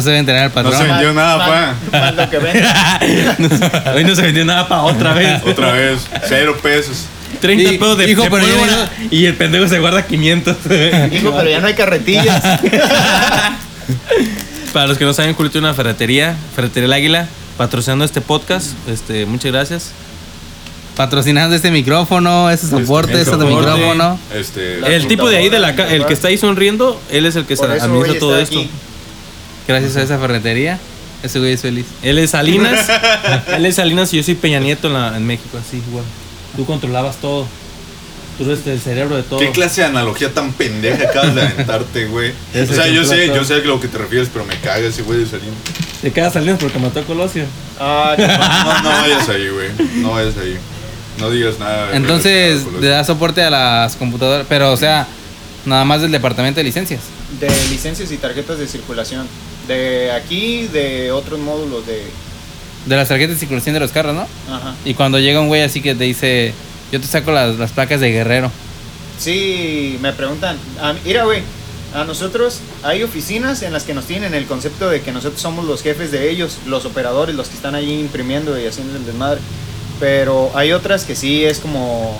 D: se debe enterar el
C: No se
D: patrón.
C: vendió nada,
E: Mal-
C: pa.
E: mal lo
B: (laughs)
E: que vende.
B: Hoy no se vendió nada para otra vez.
C: Otra vez, cero pesos.
B: 30
D: Sí,
B: pesos de,
D: hijo,
B: de
D: pero yo
B: pólvora y el pendejo se guarda
C: (laughs)
B: 500.
E: Dijo, pero ya no hay carretillas.
B: Para los que no saben, Julio tiene una ferretería, Ferretería El Águila, patrocinando este podcast. Este, muchas gracias.
D: Patrocinando este micrófono, ese soporte,
B: Este
D: este
B: soporte.
D: micrófono.
C: Este.
E: La
B: el tipo de ahí de la ca-
E: computadora.
B: el que está ahí sonriendo, él es el (laughs) que se
E: Por eso
B: administra
E: hoy
B: todo
E: está
B: esto.
E: aquí.
D: Gracias a esa ferretería. Ese güey es feliz.
B: Él es (laughs) Salinas, él es Salinas y yo soy Peña Nieto en, la- en México, así igual. Tú controlabas todo. Tú eres el cerebro de todo.
C: ¿Qué clase de analogía tan pendeja acabas de aventarte,
D: (laughs)
C: güey?
D: Ya
C: O
D: se
C: sea, yo sé,
D: contrató.
C: yo sé a lo que te refieres, pero me caga ese güey de Salinas.
B: Te quedas Salinas porque mató a Colosio.
E: Ah, chaval.
C: No, no vayas ahí, güey. No vayas ahí. No digas nada.
D: Entonces,
C: relacionado con
D: le
C: eso.
D: da soporte a las computadoras. Pero, o sea, nada más del departamento de licencias.
E: de licencias y tarjetas de circulación. De aquí, de otros módulos de...
D: De las tarjetas de circulación de los carros, ¿no?
E: Ajá.
D: Y cuando llega un güey así que te dice, yo te saco las, las placas de guerrero.
E: Sí, me preguntan. A, mí- mira, güey, a nosotros hay oficinas en las que nos tienen el concepto de que nosotros somos los jefes de ellos, los operadores, los que están ahí imprimiendo y haciendo el desmadre. Pero hay otras que sí es como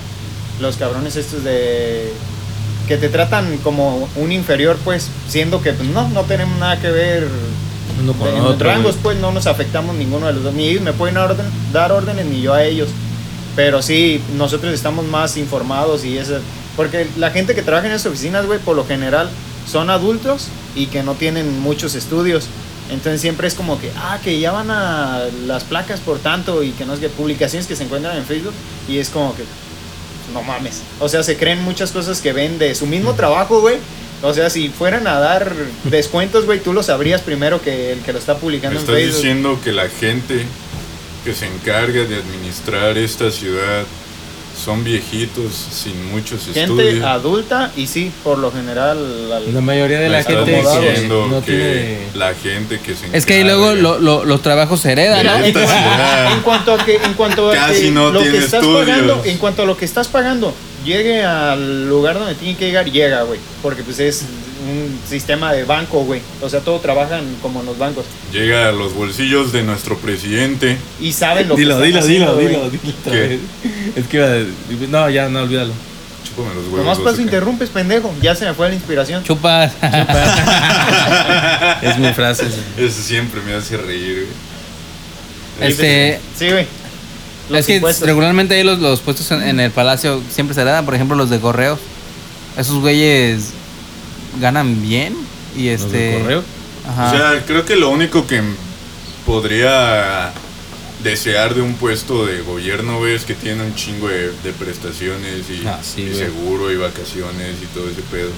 E: los cabrones estos de. que te tratan como un inferior, pues, siendo que pues, no, no tenemos nada que ver.
B: Uno con
E: en los
B: otro,
E: rangos,
B: güey.
E: pues no nos afectamos ninguno de los dos. Ni ellos me pueden orden- dar órdenes, ni yo a ellos. Pero sí, nosotros estamos más informados y eso. Porque la gente que trabaja en esas oficinas, güey, por lo general son adultos y que no tienen muchos estudios. Entonces siempre es como que, ah, que ya van a las placas por tanto y que no es que publicaciones que se encuentran en Facebook y es como que, no mames. O sea, se creen muchas cosas que ven de su mismo trabajo, güey. O sea, si fueran
C: (laughs)
E: a dar descuentos, güey, tú lo sabrías primero que el que lo está
C: Me
E: publicando en
C: estás
E: Facebook.
C: diciendo que la gente que se encarga de administrar esta ciudad son viejitos sin muchos
E: Gente
C: estudios.
E: adulta y sí, por lo general. al-
B: La mayoría de
C: Me
B: la
C: estás
B: gente
E: acomodado.
B: que
C: diciendo
B: no
C: que
B: tiene.
C: la gente que se encarga
D: Es que ahí luego lo- lo- los trabajos se heredan, ¿no?
E: Mira, en,
C: Esta ciudad.
E: en cuanto a que en cuanto a
C: Casi
E: que
C: no
E: lo que
C: tiene
E: estás
C: estudios.
E: pagando, en cuanto a lo que estás pagando, llegue al lugar donde tiene que llegar, llega, güey, porque pues es un sistema de banco, güey. O sea, todo trabajan como en los bancos
C: llega a los bolsillos de nuestro presidente.
E: y saben lo
B: Dilo,
E: que
B: dilo,
E: están
B: dilo,
E: haciendo,
B: dilo,
E: güey.
B: dilo otra
C: ¿Qué?
B: vez. Es que iba a- No, ya, no, olvídalo.
C: Chúpame los huevos.
E: Nomás
C: no
E: por
C: sé
E: eso
C: qué.
E: interrumpes, pendejo. Ya se me fue la inspiración.
D: Chupas. (laughs)
B: Es mi frase. sí.
C: Eso siempre me hace reír, güey.
D: este,
E: Sí, güey. Los
D: es que
E: impuestos.
D: regularmente ahí los, los puestos en, en el palacio siempre se heredan, por ejemplo, los de correos. Esos güeyes ganan bien y
B: ¿Los
D: este...
B: del correo?
D: Ajá.
C: O sea, creo que lo único que m- podría desear de un puesto de gobierno güey, es que tiene un chingo de, de prestaciones y,
B: Ah, sí,
C: y
B: güey.
C: seguro y vacaciones y todo ese pedo.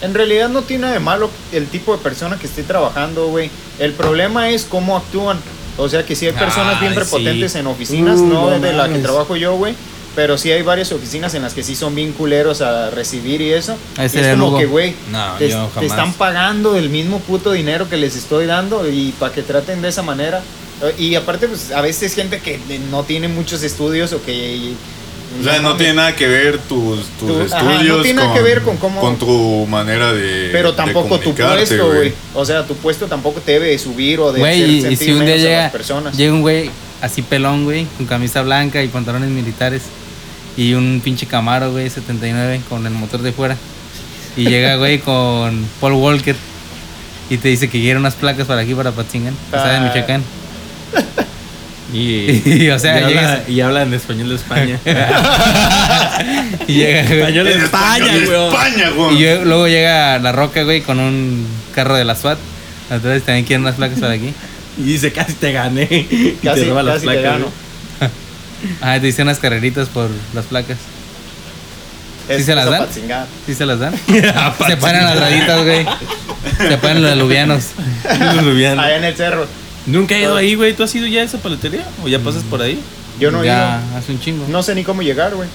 E: En realidad no tiene nada de malo el tipo de persona que esté trabajando, güey. El problema es cómo actúan. O sea que sí hay personas bien
B: Ay, sí.
E: prepotentes en oficinas,
B: Uh,
E: no
B: no
E: de la que
B: mames.
E: trabajo yo, güey. Pero sí hay varias oficinas en las que sí son bien culeros a recibir y eso.
D: Ahí
E: Y
D: se
E: es
D: le
E: como
D: lugo.
E: que, güey,
B: No,
E: te,
B: yo
E: te
B: jamás.
E: están pagando el mismo puto dinero que les estoy dando y para que traten de esa manera. Eh, Y aparte, pues a veces gente que eh, no tiene muchos estudios o que...
C: O sea, no
E: mames.
C: tiene nada que ver tus, tus
E: Tu-
C: estudios
E: ajá, no tiene nada que ver con cómo-
C: con tu manera de
E: Pero
C: de
E: tampoco tu
C: comunicarte,
E: puesto, güey. O sea, tu puesto tampoco te debe de subir o de
D: Güey,
E: hacer
D: y- y,
E: sentir
D: si un día
E: menos a
D: llega,
E: las personas.
D: llega un güey así pelón, güey, con camisa blanca y pantalones militares y un pinche Camaro, güey, 79 con el motor de fuera. Y
E: (laughs)
D: llega, güey, con Paul Walker y te dice que quiere unas placas para aquí, para Patzingan, que está en
E: Ah. (laughs)
D: Michoacán.
B: (laughs) Y,
D: Y, o sea,
B: y habla,
D: llegas-
B: y habla en español de (laughs) España. (laughs)
D: Y llega, güey,
B: español de
C: En
B: España,
C: español,
B: güey.
C: España, güey.
D: Y yo- luego llega La Roca, güey, con un carro de la SWAT. Atrás también quiere unas placas para
E: (laughs)
D: aquí.
B: Y dice, casi te gané. (laughs) Y
E: Casi-
B: te roba las
E: casi te
B: placas.
E: gano.
B: güey.
D: Ah, te dice unas carreritas por las placas. ¿Sí se las dan?
E: Zapatzingán.
D: ¿Sí se
E: (laughs)
D: las dan? se paran las raditas, güey. Se paran los aluvianos.
B: (laughs) Los rubianos.
E: Allá Ah, en el cerro.
B: Nunca he ido ahí, güey. ¿Tú has ido ya a esa paletería? ¿O ya pasas por ahí?
E: Yo no he
D: Ya, hace un chingo.
E: ido. No sé ni cómo llegar, güey.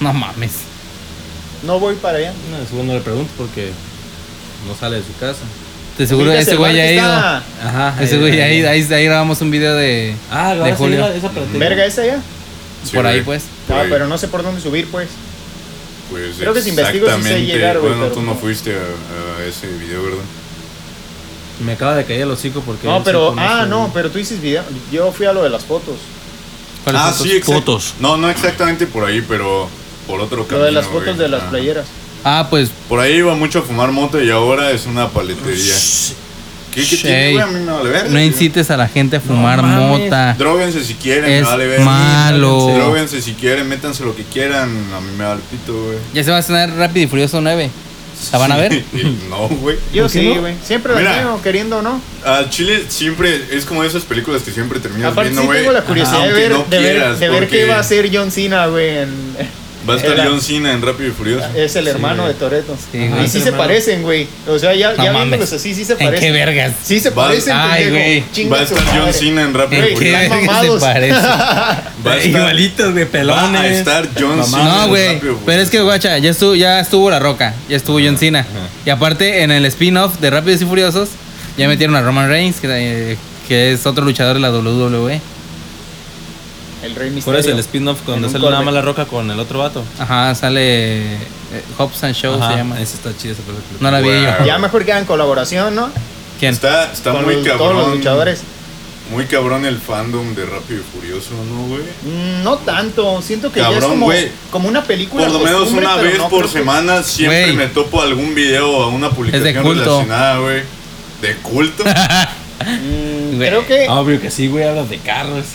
D: No mames.
E: No voy para allá.
B: No, eso no le pregunto porque no sale de su casa.
D: Te seguro
E: Ubicas
D: ese
E: el
D: güey
E: bar
D: ya ha
E: que
D: ido.
E: está-
B: Ajá.
D: Ese güey ya ha ido. Ahí, ahí grabamos un video de.
B: Ah,
D: de Julio.
B: esa paletería.
E: Verga, ¿es allá?
C: Sí,
D: Por ahí,
C: güey.
D: pues.
C: Por
E: Ah,
C: ahí.
E: pero no sé por dónde subir, pues.
C: Pues
E: Creo que si investigo sí sé
C: exactamente-
E: llegar, güey,
C: Bueno,
E: pero
C: tú no
E: no.
C: fuiste a, a ese video, ¿verdad?
B: Me acaba de caer el hocico porque. este
E: No,
B: él
E: pero.
B: sí conoce
E: Ah,
B: el-
E: no, pero tú hiciste video. Yo fui a lo de las fotos.
D: ¿Cuáles
C: ah,
D: fotos?
C: sí, exacto.
B: Fotos.
C: No, no exactamente por ahí, pero por otro camino.
E: Lo de las
C: güey.
E: fotos de las
C: Ajá.
E: playeras.
D: Ah, pues
C: Por ahí iba mucho a fumar moto y ahora es una paletería. ¿Qué, qué tiene,
D: Shey.
C: güey? A mí me vale
E: Eh,
C: verga.
D: no incites a la gente a fumar
B: mames.
D: mota.
C: Dróguense si quieren,
D: Es
C: me vale verga.
D: malo.
C: Dróguense si quieren, métanse lo que quieran. A mí me vale pito, güey.
D: Ya se va a cenar Rápido y Furioso 9. ¿La van
C: (laughs)
E: (laughs)
D: a ver?
C: no, güey.
E: Yo
B: ¿Por qué
E: sí,
B: no?
E: güey. Siempre las
C: Mira.
E: veo, queriendo o no.
C: Al Chile siempre es como esas películas que siempre terminas
E: Aparte,
C: viendo,
E: sí
C: güey.
E: tengo la curiosidad de
C: aunque
E: ver,
C: no
E: de ver,
C: quieras,
E: de ver
C: porque
E: qué iba a hacer John Cena, güey. en-
C: Va a estar
E: Era-
C: John Cena en Rápido y Furioso.
E: Es el hermano de Toreto.
D: Sí, güey.
E: y sí
D: Es
E: se parecen, güey. O sea, ya,
D: No
E: ya
D: mames.
E: viéndolos así, sí se
D: ¿En qué
E: parecen.
D: vergas?
E: Sí se
C: Va-
E: parecen,
D: Ay,
E: pendejo.
D: güey.
E: Chinga
C: Va a
E: su
C: estar John
E: madre.
C: Cena en Rápido y
E: Güey,
D: ¿En qué
C: Furioso.
E: están
D: vergas se
B: (laughs)
E: mamados.
D: parece?
C: Va a estar-
B: Igualitos de Eh, pelones.
C: Va a estar John Cena.
D: No,
C: en
D: güey.
C: Rápido y
D: Pero es que,
C: Furioso.
D: guacha, ya estuvo, ya estuvo La Roca. Ya estuvo John Cena. Y aparte, en el spin-off de Rápidos y Furiosos, ya metieron a Roman Reigns, que, eh, que es otro luchador de la E. WWE.
E: El rey
B: Por
E: misterio.
B: eso el spin-off
E: En
B: cuando
E: un
B: sale nada
E: Corvette.
B: más la roca con el otro vato.
D: Ajá, sale eh, Hobbs and Show,
B: Ajá,
D: se llama.
B: Ese está chido ese película.
D: No la vi
C: Wow.
D: yo.
E: Ya mejor que hagan colaboración, ¿no?
D: ¿Quién?
C: Está, está
E: Con
C: muy
E: los-
C: cabrón.
E: todos los luchadores.
C: Muy cabrón el fandom de Rápido y Furioso, ¿no, güey?
E: Mm, No tanto, siento que ya es
C: Cabrón,
E: como,
C: güey.
E: como una película.
C: Por lo menos
E: costumbre,
C: una
E: pero
C: vez
E: no
C: por
E: creo que-
C: semana siempre
D: Güey.
C: me topo algún video o una publicación
D: culto.
C: relacionada, güey. ¿De culto?
E: Mm,
D: Güey.
E: creo que
B: Obvio que sí, güey, hablas de carros.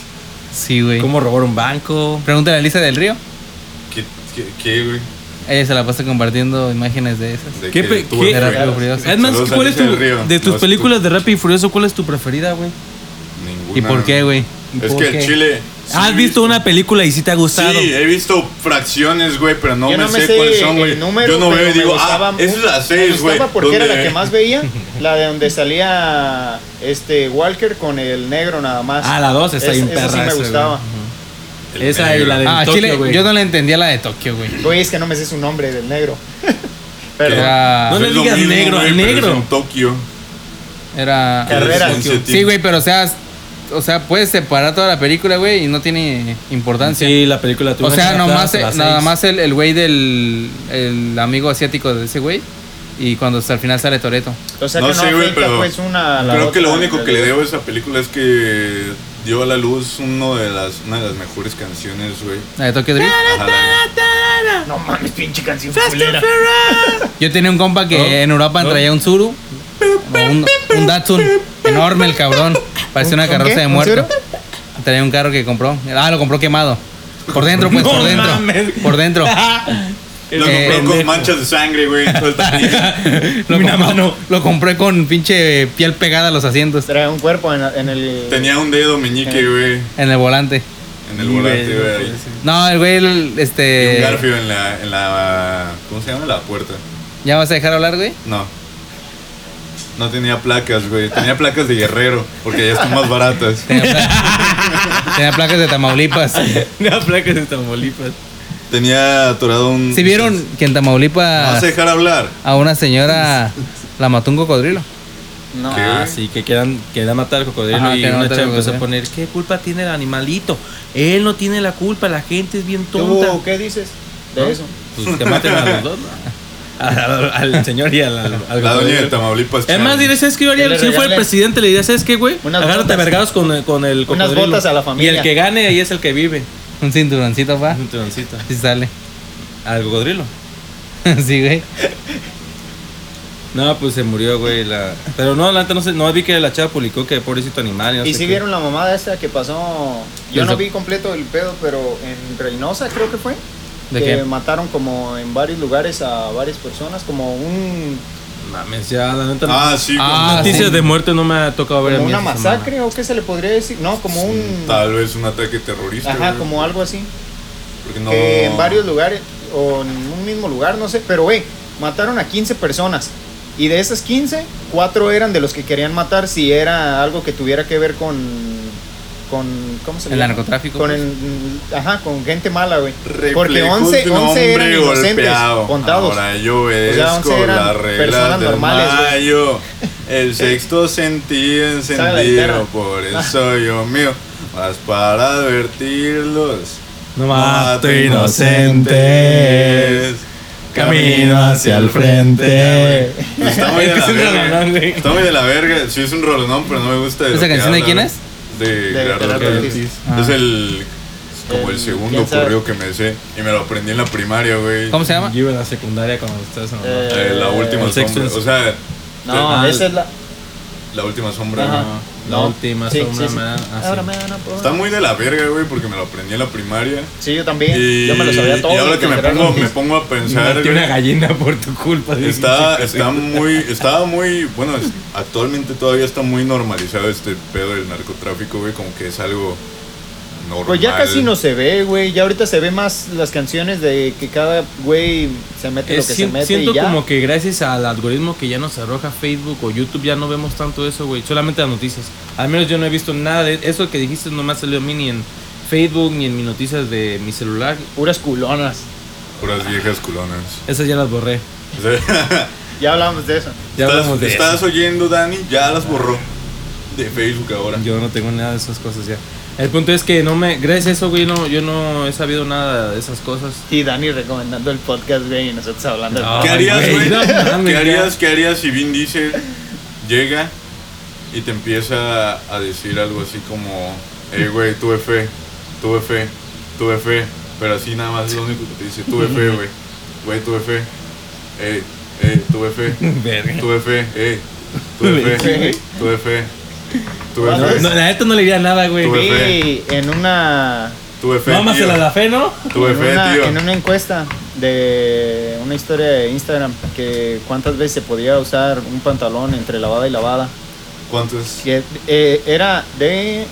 D: Sí, güey.
B: Cómo robar un banco.
D: Pregúntale a Lisa del Río.
C: ¿Qué, qué, qué, güey?
D: Ella se la pasa compartiendo imágenes de esas.
C: ¿De
B: ¿Qué
C: qué
B: pe-
C: tú,
B: qué-
C: güey?
D: Rápido y Furioso.
B: Es más,
C: Saludos a
B: ¿cuál es
C: Alicia
B: tu,
C: del Río.
B: de tus
C: No, es
B: películas de Rápido y Furioso, cuál es tu preferida, güey?
C: Ninguna.
D: ¿Y por qué, güey?
C: Es
B: ¿Por
C: que
B: qué?
C: el Chile. sí
B: ¿Has
C: he
B: visto una película y sí te ha gustado?
C: Sí, he visto fracciones, güey, pero no,
E: yo
C: me, sé, cuáles son,
E: el
C: güey.
E: número,
C: Yo no
E: pero
C: veo y
E: me
C: digo,
E: gustaba
C: ah,
E: mu-
C: esa es la
E: me
C: 6, güey.
E: gustaba porque era la
C: donde-
E: que más veía, la de donde salía este Walker con el negro nada más.
B: Ah, la dos está
E: Es-
B: bien
E: esa sí
B: perra
E: me
B: esa,
E: gustaba.
C: El
B: Esa y
C: negro.
B: la de
D: Ah,
B: Tokio,
D: Chile,
B: güey.
D: yo no le entendía la de Tokio, güey.
E: Güey, es que no me sé su nombre del negro. (laughs) Pero
D: Era,
B: No le
C: Es lo
B: digas
C: mismo,
B: negro,
C: güey,
B: al
C: pero
B: negro.
C: es en Tokio.
D: era
E: Carrera.
C: Es en Cetín.
D: Sí, güey, pero o sea, o sea, puedes separar toda la película, güey, y no tiene importancia.
B: Sí, la película tuvo
D: o sea,
B: una
D: nomás,
B: hasta las
D: nada
B: seis.
D: más el el güey del el amigo asiático de ese güey. Y cuando hasta al final sale Toreto.
E: o sea
C: no
E: que no
C: sé, güey,
E: afecta,
C: pero
E: pues una a la
C: Creo que lo
E: otra,
C: único
E: en
C: que le
E: realidad.
C: debo a esa película es que dio a la luz uno de las, una de las mejores canciones, güey.
D: La de Tokyo Drift.
C: Ajá, la-
E: No mames, pinche canción culera.
D: Yo tenía un compa
B: Oh,
D: que en Europa traía un Zuru. o un, un Datsun. Enorme el cabrón. Parecía una
E: ¿Un
D: carroza
E: qué?
D: de
E: ¿Un
D: muerto.
E: Zuru?
D: Traía un carro que compró. Ah, lo compró quemado. Por dentro,
B: (laughs)
D: pues,
B: No
D: por dentro.
B: mames.
D: Por dentro.
C: Lo
D: Eh,
C: compró
B: pendejo.
C: con manchas de sangre,
E: (laughs)
C: güey. todo el tapiz.
D: Lo
B: Una
D: compró,
B: mano.
D: lo compré con pinche piel pegada a los asientos.
E: Trae un cuerpo en, en el.
C: Tenía un dedo meñique, güey,
D: En el volante.
C: en el volante, güey. ahí.
B: (laughs)
D: No, el güey, el-
E: Eh.
C: Y un
D: este.
C: garfio en la, en la. ¿Cómo se llama? La puerta.
D: ¿Ya vas a dejar hablar, güey?
C: No. No tenía placas, güey. Tenía placas de guerrero, porque ya están más baratas.
D: Tenía, pla- tenía placas de Tamaulipas.
B: Una placa de Tamaulipas.
C: Tenía atorado un.
D: ¿Sí vieron que en
C: ¿Me
D: Tamaulipas
C: ¿Vas a dejar hablar?
D: a una señora la mató un cocodrilo?
E: No.
C: ¿Qué?
B: Ah, sí, que quieran, querían matar al cocodrilo
D: Ajá,
B: y
D: querían
B: una
D: matar
B: chava
D: al
B: empezó a
D: cocodrilo.
B: poner, ¿qué culpa tiene el animalito? Él no tiene la culpa, la gente es bien tonta.
E: ¿Tú qué dices de
B: ¿No?
E: eso?
B: Pues que maten a los dos,
C: (laughs)
B: ¿no? Al, al- al señor y al, al, al
C: La doña de
B: cocodrilo.
C: Tamaulipas.
B: Es más, diré, ¿sabes qué yo haría?
E: Que le
B: Si yo fuera el
E: regalen-
B: presidente, le diría, ¿sabes qué, güey?
E: Unas
B: Agárrate a
E: botas.
B: vergados con, el- con el
E: Unas
B: cocodrilo.
E: botas a la familia.
B: Y el que gane ahí es el que vive.
D: Un cinturoncito, pa.
B: Un troncito.
D: Sí sale. (laughs)
B: Al cocodrilo.
D: sí, güey.
B: No, pues se murió, güey. La... Pero no, adelante, no sé, no vi que la chava publicó que pobrecito animal. Y, no
E: Y
B: sé
E: si
B: qué.
E: vieron la mamada esta que pasó, yo
D: Del
E: no
D: zap-
E: vi completo el pedo, pero en Reynosa creo que fue,
D: ¿De
E: que
D: qué?
E: mataron como en varios lugares a varias personas, como un
B: Mames, ya, la neta. no-
C: Ah, sí, como-
D: Ah,
B: Noticias
D: sí.
B: de muerte no me ha tocado ver a
E: como
B: mí
E: una
B: esta semana.
E: masacre o qué se le podría decir, no, como un
C: Tal vez un ataque terrorista.
E: ajá,
C: güey,
E: como algo así,
C: porque no-
E: que en varios lugares o en un mismo lugar, no sé, pero güey, mataron a 15 personas. Y de esas 15, 4 eran de los que querían matar si era algo que tuviera que ver con con ¿cómo se le
D: El
E: llama?
D: narcotráfico.
E: con
D: pues.
E: el, ajá, con gente mala, güey.
C: Reflejó
E: Porque 11,
C: un
E: 11 eran
C: hombre
E: inocentes,
C: golpeado.
E: contados.
C: Ahora yo es
E: sea, 11 eran
C: las reglas
E: personas
C: del
E: normales, güey. (laughs)
C: mayo. El sexto sentido
E: Sabe la guitarra. Ah.
C: encendido, por eso yo mío. Más para advertirlos.
B: No
C: mato
B: mato inocentes. Camino hacia el frente.
C: Está
B: (laughs)
C: muy de la
D: Es que es un rolonón,
C: verga.
D: güey.
C: Está muy de la verga. Sí, es un rolonón, pero no me gusta.
D: ¿Esa
C: lo que
D: canción de
C: habla,
D: quién
C: güey.
D: es?
C: De
E: De Gerardo
C: Gerardo
E: Ortiz.
C: Ortiz.
D: Ah.
C: Es el. Como el
E: El-
C: segundo
E: ¿quién sabe?
C: correo que me sé. Y me lo aprendí en la primaria, güey.
D: ¿Cómo se llama?
B: Yo iba en la secundaria cuando ustedes en la
E: Eh,
C: Eh, la última
B: El sexto
C: sombra.
B: es-
C: O sea,
E: No,
B: Ah,
E: esa es la.
C: la última sombra.
E: Ajá.
C: güey.
B: La
E: No.
B: última
E: Sí,
B: sombra
E: sí, sí.
B: man- ah, sí.
E: Ahora me van a poder-
C: Está muy de la verga, güey, porque me lo aprendí en la primaria.
E: Sí, yo también.
C: Y,
E: yo me lo sabía todo.
C: y ahora que me
E: literal,
C: pongo,
E: sí.
C: me pongo a pensar,
B: Maté una
C: güey,
B: gallina por tu culpa. dije,
C: está,
B: chico,
C: está muy, estaba muy, bueno, es- actualmente todavía está muy normalizado este pedo del narcotráfico, güey, como que es algo normal.
E: Pues ya casi no se ve, güey. Ya ahorita se ve más las canciones de que cada güey se mete
B: Es-
E: lo que se
B: sien-
E: mete
B: siento
E: y ya.
B: como que gracias al algoritmo que ya nos arroja Facebook o YouTube ya no vemos tanto eso, güey. Solamente las noticias. Al menos yo no he visto nada de eso que dijiste, no me ha salido a mí ni en Facebook ni en mis noticias de mi celular.
E: Puras culonas.
C: Puras viejas culonas.
B: Esas ya las borré.
C: O sea,
E: Ya hablamos de eso.
B: Ya hablamos
C: (laughs) estás,
B: de
C: estás
B: eso.
C: oyendo, Dani, ya las borró de Facebook ahora.
B: Yo no tengo nada de esas cosas ya. El punto es que no me. Gracias a eso, güey, no, yo no he sabido nada de esas
E: (laughs)
B: cosas.
E: Y Dani recomendando el podcast, güey, y nosotros hablando del
B: No.
C: ¿Qué
B: Ay,
C: harías,
B: güey,
C: güey?
B: no mames,
C: ¿Qué
B: ya.
C: harías, qué harías si Vin Diesel llega y te empieza a decir algo así como, hey, güey, tuve fe, tuve fe, tuve fe, pero así nada más es lo único que te dice, tuve fe, güey, güey, tuve fe, hey, hey, tuve fe,
B: Verga.
C: tuve fe, hey, tuve fe, tuve fe, tuve
E: Vamos.
B: No,
C: fe,
B: la neta no le diría nada, güey.
C: Tuve-
E: Sí, en una
C: tuve fe, tío,
B: Mámasela la fe, ¿no?
C: tuve
E: en, una,
C: fe,
E: en
C: tío.
E: una encuesta de una historia de Instagram que cuántas veces se podía usar un pantalón entre lavada y lavada.
C: ¿Cuántos?
E: Que, eh, era de,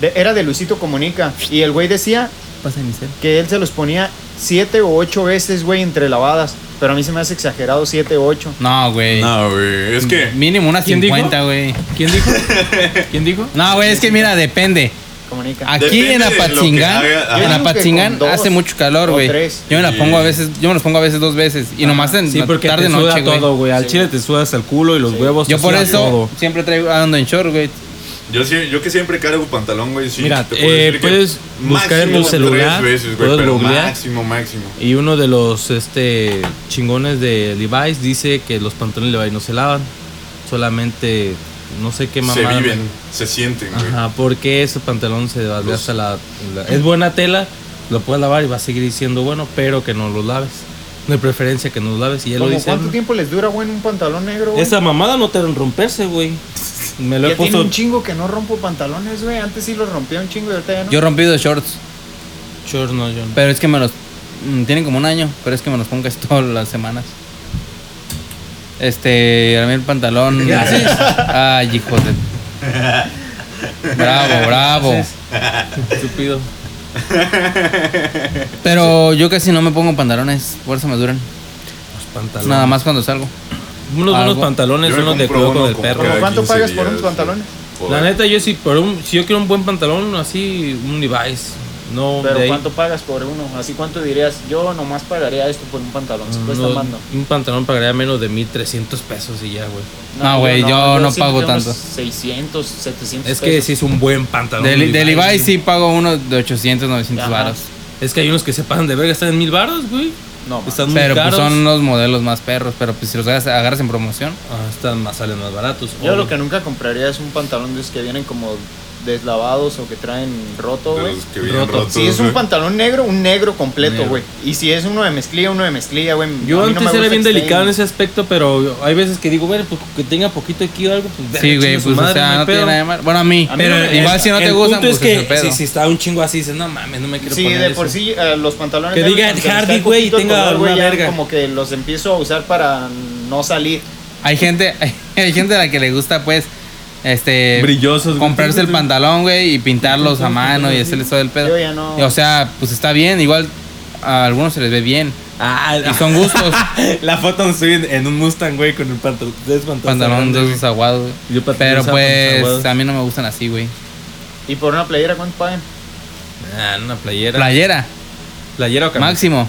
E: de- Era de Luisito Comunica. Y el güey decía
D: Pasa mi cel.
E: que él se los ponía siete o ocho veces, güey, entre lavadas. Pero a mí se me hace exagerado siete o ocho.
D: No, güey.
C: No, güey, es que...
D: Mínimo unas
B: ¿Quién dijo?
D: 50, güey.
B: ¿Quién
C: (laughs)
B: dijo? ¿Quién dijo?
D: No, güey, es que mira, depende.
E: Comunica.
B: Ah,
D: Aquí
C: Depende
D: en
C: de lo que
D: Apatzingán,
C: haga, ajá.
D: en
E: Yo digo que
D: Apatzingán
E: con dos
D: hace mucho calor,
E: o
D: güey.
E: tres.
D: Yo me la
C: Sí.
D: pongo a veces, yo me los pongo a veces dos veces y nomás en
B: Sí,
D: la
B: porque
D: tarde
B: te suda
D: noche, güey.
B: todo, güey. Al
E: Sí.
B: chile te sudas el culo y los huevos.
D: Yo
B: te
D: por
B: suda
D: eso
B: todo.
D: siempre traigo ando en short, güey.
C: Yo, sí- yo que siempre cargo pantalón, güey. Sí,
B: Mira,
C: te puedo
B: eh,
C: decir que
B: puedes buscar en tu
C: máximo
B: celular,
C: Tres veces, güey,
B: puedes
C: pero
B: googlear.
C: máximo, máximo.
B: Y uno de los este chingones de Levi's dice que los pantalones Levi's no se lavan. Solamente no sé qué
C: se
B: mamada.
C: viven, se sienten, güey.
B: Ajá, porque ese pantalón se desgasta la, la- Es buena tela, lo puedes lavar y va a seguir siendo bueno, pero que no lo laves. De preferencia que no lo laves y ya lo
E: ¿Cómo
B: dice.
E: ¿Cuánto tiempo les dura, güey, en un pantalón negro, güey?
B: Esa mamada no te deben romperse, güey. Me lo he
E: Ya tiene
B: puesto.
E: un chingo que no rompo pantalones, güey. Antes sí los rompía un chingo y ahorita ya no.
D: Yo he rompido shorts,
B: Shorts, no, yo no.
D: pero es que me los mm, tienen como un año, pero es que me los pongo casi (laughs) todas las semanas. Este, a mí el pantalón.
B: (laughs)
D: Ay, hijo de. Bravo, bravo.
B: (laughs) Estúpido.
D: Pero yo casi no me pongo pantalones, por eso me duran.
B: Los pantalones.
D: Nada más cuando salgo.
B: Unos buenos
D: Algo.
B: pantalones,
C: Yo me
B: unos de
C: compro
B: cuero
C: uno
B: con el
C: como
B: perro.
E: ¿Cómo
C: cada
E: cuánto
C: 15
E: pagas por unos
C: días,
E: pantalones?
C: güey.
B: La neta, yo sí, por un, si yo quiero un buen pantalón, así, un Levi's. No, de
E: Pero
B: ahí,
E: ¿cuánto pagas por uno? Así cuánto dirías, yo nomás pagaría esto por un pantalón, si cuesta
B: no,
E: más no.
B: Un pantalón pagaría menos de 1300 pesos y ya, güey.
D: No, güey, yo no
E: sí
D: pago
E: tengo unos
D: tanto.
E: 600, 700
B: Es que
E: pesos.
B: si es un buen pantalón.
D: De, de Levi's
B: ¿no?
D: sí pago uno de 800, 900
E: Ajá.
D: varos.
B: Es que hay unos que se pasan de verga, están en mil baros, güey.
E: No, ma.
B: Están muy
D: Pero pues
B: caros.
D: son unos modelos más perros, pero pues si los agarras, agarras en promoción.
B: Ah, están más, salen más baratos.
E: Yo lo
B: obvio.
E: que nunca compraría es un pantalón de esos que vienen como deslavados o que traen roto,
C: De
E: güey.
C: los que vienen
B: Roto.
C: rotos,
E: Si es un
C: güey.
E: pantalón negro, un negro completo,
B: Negro.
E: güey. Y si es uno de mezclilla, uno de mezclilla, güey.
B: Yo
E: A mí no
B: antes
E: me
B: era
E: gusta
B: bien
E: que
B: delicado en ese
E: estén-
B: aspecto, pero hay veces que digo, bueno, pues que tenga poquito aquí o algo, pues
D: Sí,
B: verga,
D: güey,
B: chingue su
D: pues o
B: madre,
D: sea,
B: hay
D: no
B: pedo.
D: tiene nada de mal. Bueno, a mí,
E: A mí
D: pero
E: no me-
D: igual si no te
B: el punto
D: gustan, pues
B: es
D: es el
B: que
D: pedo.
B: si, si está un chingo así, dices, no mames, no me quiero
E: Sí,
B: poner
E: de
B: eso".
E: por sí eh, los pantalones
B: Que
E: negros,
B: diga
E: aunque les
B: Hardy,
E: caiga
B: güey, y
E: poquito el
B: tenga
E: color, güey,
B: una
E: ya
B: verga.
E: Como que los empiezo a usar para no salir.
D: Hay gente, hay, gente a la que le gusta, pues, este.
B: Brillosos, güey.
D: Comprarse el pantalón, güey, y pintarlos a mano y hacerles todo el pedo.
E: Yo ya no.
D: Y, O sea, pues está bien, igual a algunos se les ve bien.
B: Ah,
D: Y son gustos.
B: (laughs) la foto nos suben en un Mustang, güey, con el pantalón. tres pantalones
D: pantalón de
B: grandes,
D: esos aguados, güey.
B: güey. Yo pantalón
D: Pero
B: usaba pantalones
D: pues a
B: aguados.
D: mí no me gustan así, güey.
E: ¿Y por una playera cuánto pagan?
B: Ah, en una playera.
D: Playera,
B: playera o camisa.
D: máximo.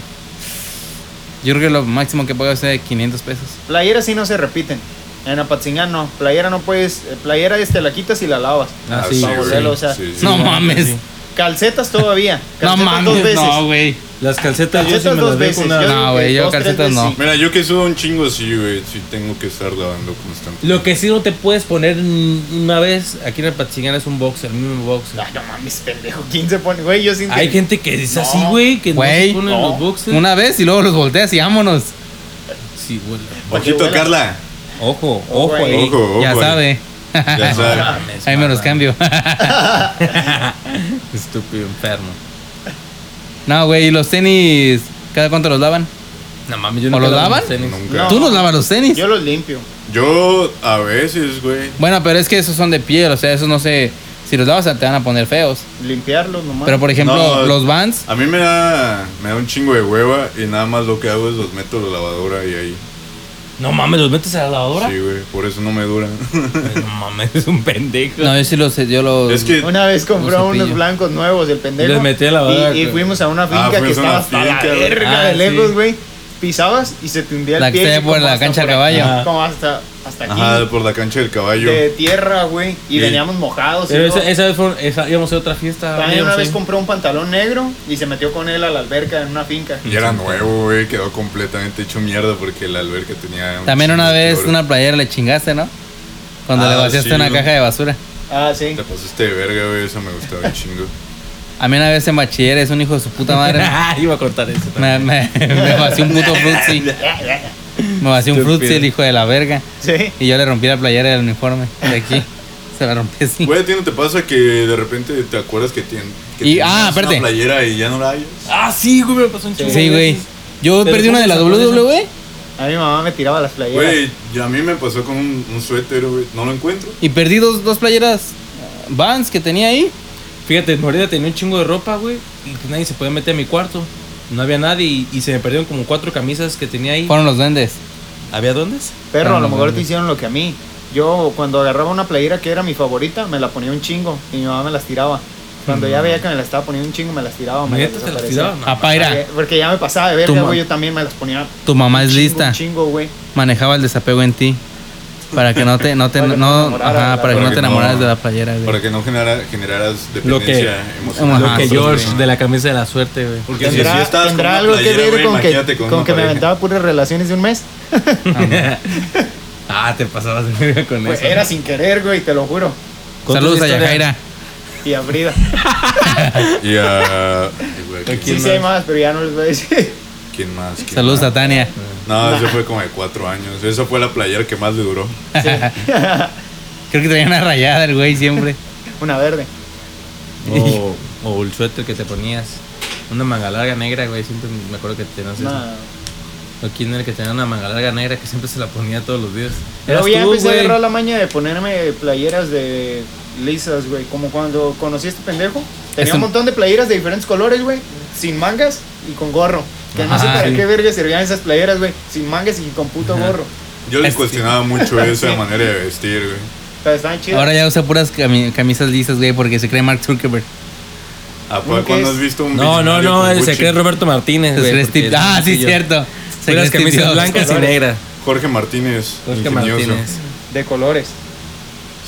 D: Yo creo que lo máximo que pago es de 500 pesos.
E: Playeras sí no se repiten. En Apatzingán no. Playera no puedes. eh, Playera este la quitas y la lavas.
B: Ah,
C: Ah,
B: sí,
C: sí,
B: güey.
E: Para volverlo
C: güey.
E: a usar.
C: Sí, sí.
D: no mames.
B: sí.
E: Calcetas
B: (laughs)
E: todavía.
D: No
E: Calcetas dos
D: mames,
E: veces.
D: no, güey.
B: Las calcetas,
E: Calcetas
B: yo sí me las
E: dos
B: dejo
E: veces.
B: una-
E: yo
D: No, güey, yo
E: dos, tres
D: calcetas
E: veces
D: no.
E: sí.
C: Mira, yo que sudo un chingo así, güey. Sí tengo que estar lavando constantemente.
B: Lo que sí no te puedes poner mm, una vez aquí en el Patzingán es un boxer, el mismo boxer.
E: Ay, no mames, pendejo. ¿Quién se pone? Güey, yo sin
B: Hay gente que es
E: No.
B: así, güey, que
D: Güey,
B: no se ponen
E: no.
B: los boxers.
D: Una vez y luego los volteas y vámonos.
B: Sí, güey.
C: Ojito,
E: huela.
C: Carla.
B: Ojo,
E: Oh,
B: ojo
E: güey.
B: ahí.
C: Ojo, ojo.
D: ya
C: ahí.
D: sabe.
B: (laughs)
C: Ya sabe.
B: Mames,
D: Ahí me los
B: mamá.
D: cambio. (laughs)
B: (laughs) Estúpido enfermo.
D: No, güey, ¿y los tenis? ¿Cada cuánto los lavan?
B: No mames, yo
D: ¿O
B: nunca
D: los
B: lavo mis
D: lavan?
B: tenis.
C: Nunca.
D: ¿Tú nos lavas los tenis?
E: Yo los limpio.
C: Yo a veces, güey.
D: Bueno, pero es que esos son de piel, o sea, esos no sé. Si los lavas te van a poner feos.
E: Limpiarlos nomás.
D: Pero por ejemplo,
C: No. Ah,
D: los vans.
C: A mí me da, me da un chingo de hueva y nada más lo que hago es los meto a la lavadora y ahí.
B: No mames, ¿los metes a la lavadora?
C: Sí, güey. Por eso no me duran.
B: No mames, es un pendejo.
D: No, yo sí los. Yo los
B: Pues
C: (laughs) es que.
E: Una vez compró
D: Un cepillo.
E: unos blancos nuevos el pendejo.
B: Les metí a la lavadora,
E: y, y
B: güey.
E: fuimos a una finca
C: Ah, fuimos
E: que
C: a una
E: estaba hasta la
C: finca, güey.
E: verga
B: Ah,
E: de
B: sí.
E: lejos, güey. Pisabas y se te hundía el
D: La que
E: pie.
D: está
E: así
D: por
E: como
D: la
E: hasta
D: cancha
E: por
D: de
E: aquí,
D: caballo.
B: Ajá.
E: Como hasta, hasta aquí.
C: Ajá, por la cancha del caballo.
E: de tierra, güey. Y
C: Sí.
E: veníamos mojados. y
B: Pero esa,
E: todo.
B: esa vez fueron, esa- íbamos a otra fiesta.
E: También una
B: íbamos
E: vez
B: (laughs) ahí.
E: compró un pantalón negro y se metió con él a la alberca en una finca.
C: Y era nuevo, güey. Quedó completamente hecho mierda porque la alberca tenía. un
D: También
C: chingo
D: una
C: de
D: vez
C: cloro.
D: una playera le chingaste, ¿no? Cuando
C: Ah,
D: le vaciaste
C: sí,
D: una
C: güey.
D: caja de basura.
E: Ah, sí.
C: Te pasaste de verga, güey. Eso me gustaba un chingo.
D: A mí una vez en bachilleres, un hijo de su puta madre.
C: (laughs)
B: Ah, iba a contar eso.
D: me, me, me vació un puto frutzi. Me vació un frutzi el hijo de la verga.
E: (laughs) Sí.
D: Y yo le rompí la playera del uniforme de aquí. Se la rompí así.
C: Güey, ¿a ti no te pasa que de repente te acuerdas que, tien- que
D: Y-
C: tenías
D: ah,
C: una
D: espérate.
C: playera y ya no la hayas?
B: Ah, sí, güey, me pasó un chingo.
D: Sí,
B: de
D: güey.
B: veces.
D: Yo
B: Pero
D: perdí una de la E
B: ¿cómo se sacó de
D: WWE
E: A mi mamá me tiraba las playeras.
C: Güey, y a mí me pasó con un, un suéter, güey. No lo encuentro.
D: y perdí dos, dos playeras Vans que tenía ahí.
B: Fíjate, Morena tenía un chingo de ropa, güey, y que nadie se podía meter a mi cuarto. No había nadie y, y se me perdieron como cuatro camisas que tenía ahí.
D: Fueron los duendes.
B: ¿Había dóndes?
E: Perro, a
D: No,
E: lo
D: no,
E: mejor
D: no.
E: te hicieron lo que a mí. Yo cuando agarraba una playera que era mi favorita, me la ponía un chingo y mi mamá me las tiraba. Cuando ya veía que me la estaba poniendo un chingo, me las tiraba. Me las
B: Neta, te las
E: desaparecía.
B: tiraban.
D: A Paira,
E: Porque, porque ya me pasaba de
D: Ah, Tu
E: verga,
D: ma-
E: güey. Yo también me las ponía.
D: tu mamá
E: un
D: es
E: chingo,
D: lista.
E: Un chingo, güey.
D: Manejaba el desapego en ti. Para que no te, no te,
E: Para que
D: no-
E: no te enamoraras
D: ajá,
E: de la-
D: para
C: Para
D: que no te
C: que no-
D: enamoras de la playera, güey.
C: Para que no genera- generaras
B: Lo que-
C: dependencia emocional.
D: Ajá,
B: Lo que
D: sí,
B: George de la camisa de la suerte, güey.
C: Porque si,
E: ¿Tendrá,
C: si estabas con
E: tendrá
C: una
E: algo que
C: playera,
E: ver
C: güey,
E: con
C: imagínate
E: que, con
C: una
E: que me
C: pareja.
E: aventaba puras relaciones de un mes?
B: Ah, te pasabas de verga con
E: Pues
B: eso.
E: era sin querer, güey, te lo juro.
B: Con
D: Saludos
B: tu
D: a
B: historia.
D: Yajaira.
E: Y a Frida.
C: Y a... y, güey, ¿quién,
B: ¿Quién
E: Sí, sí hay
B: más?
E: más, pero ya no les voy a decir. (laughs)
C: quién más? ¿Quién
D: Saludos a
C: más?
D: Tania.
C: No, eso fue como de cuatro años. Esa fue la playera que más le duró.
D: Creo que traía una rayada el güey siempre.
E: Una verde.
C: Oh.
B: O, (laughs) o el suéter que te ponías. Una manga larga negra, güey. Siempre me acuerdo que tenías eso.
E: Una...
B: O quién era el que tenía una manga larga negra que siempre se la ponía todos los días.
E: Luego
B: Eras
E: ya
B: tú,
E: empecé a
B: güey.
E: agarrar la maña de ponerme playeras de lisas, güey. Como cuando conocí a este pendejo. Tenía
D: Eso-
E: un montón de playeras de diferentes colores, güey. Sin mangas y con gorro. Que no sé
D: Ajá,
E: para
D: sí.
E: qué verga servían esas playeras, güey. Sin mangas y con puto gorro.
C: Yo le
D: Este-
C: cuestionaba
E: (laughs)
C: mucho esa manera de vestir, güey.
E: Pero estaban chidas.
D: Ahora ya usa puras cami- camisas lisas, güey, porque se cree Mark
B: (laughs)
D: Zuckerberg.
C: ¿A
E: Nunca
C: poco cuando
E: es-
C: has visto un
B: No, no,
C: billonario
B: no,
C: con
B: él se
C: Gucci?
B: cree Roberto Martínez,
D: Se
B: güey.
D: cree
B: porque
D: Steve-
B: es
D: Ah, sí,
B: sencillo.
D: cierto. Se cree
B: Puras
D: Steve
B: camisas
D: Jobs.
B: blancas y negras.
C: Jorge Martínez,
B: Jorge
C: ingenioso.
B: Martínez.
E: De colores.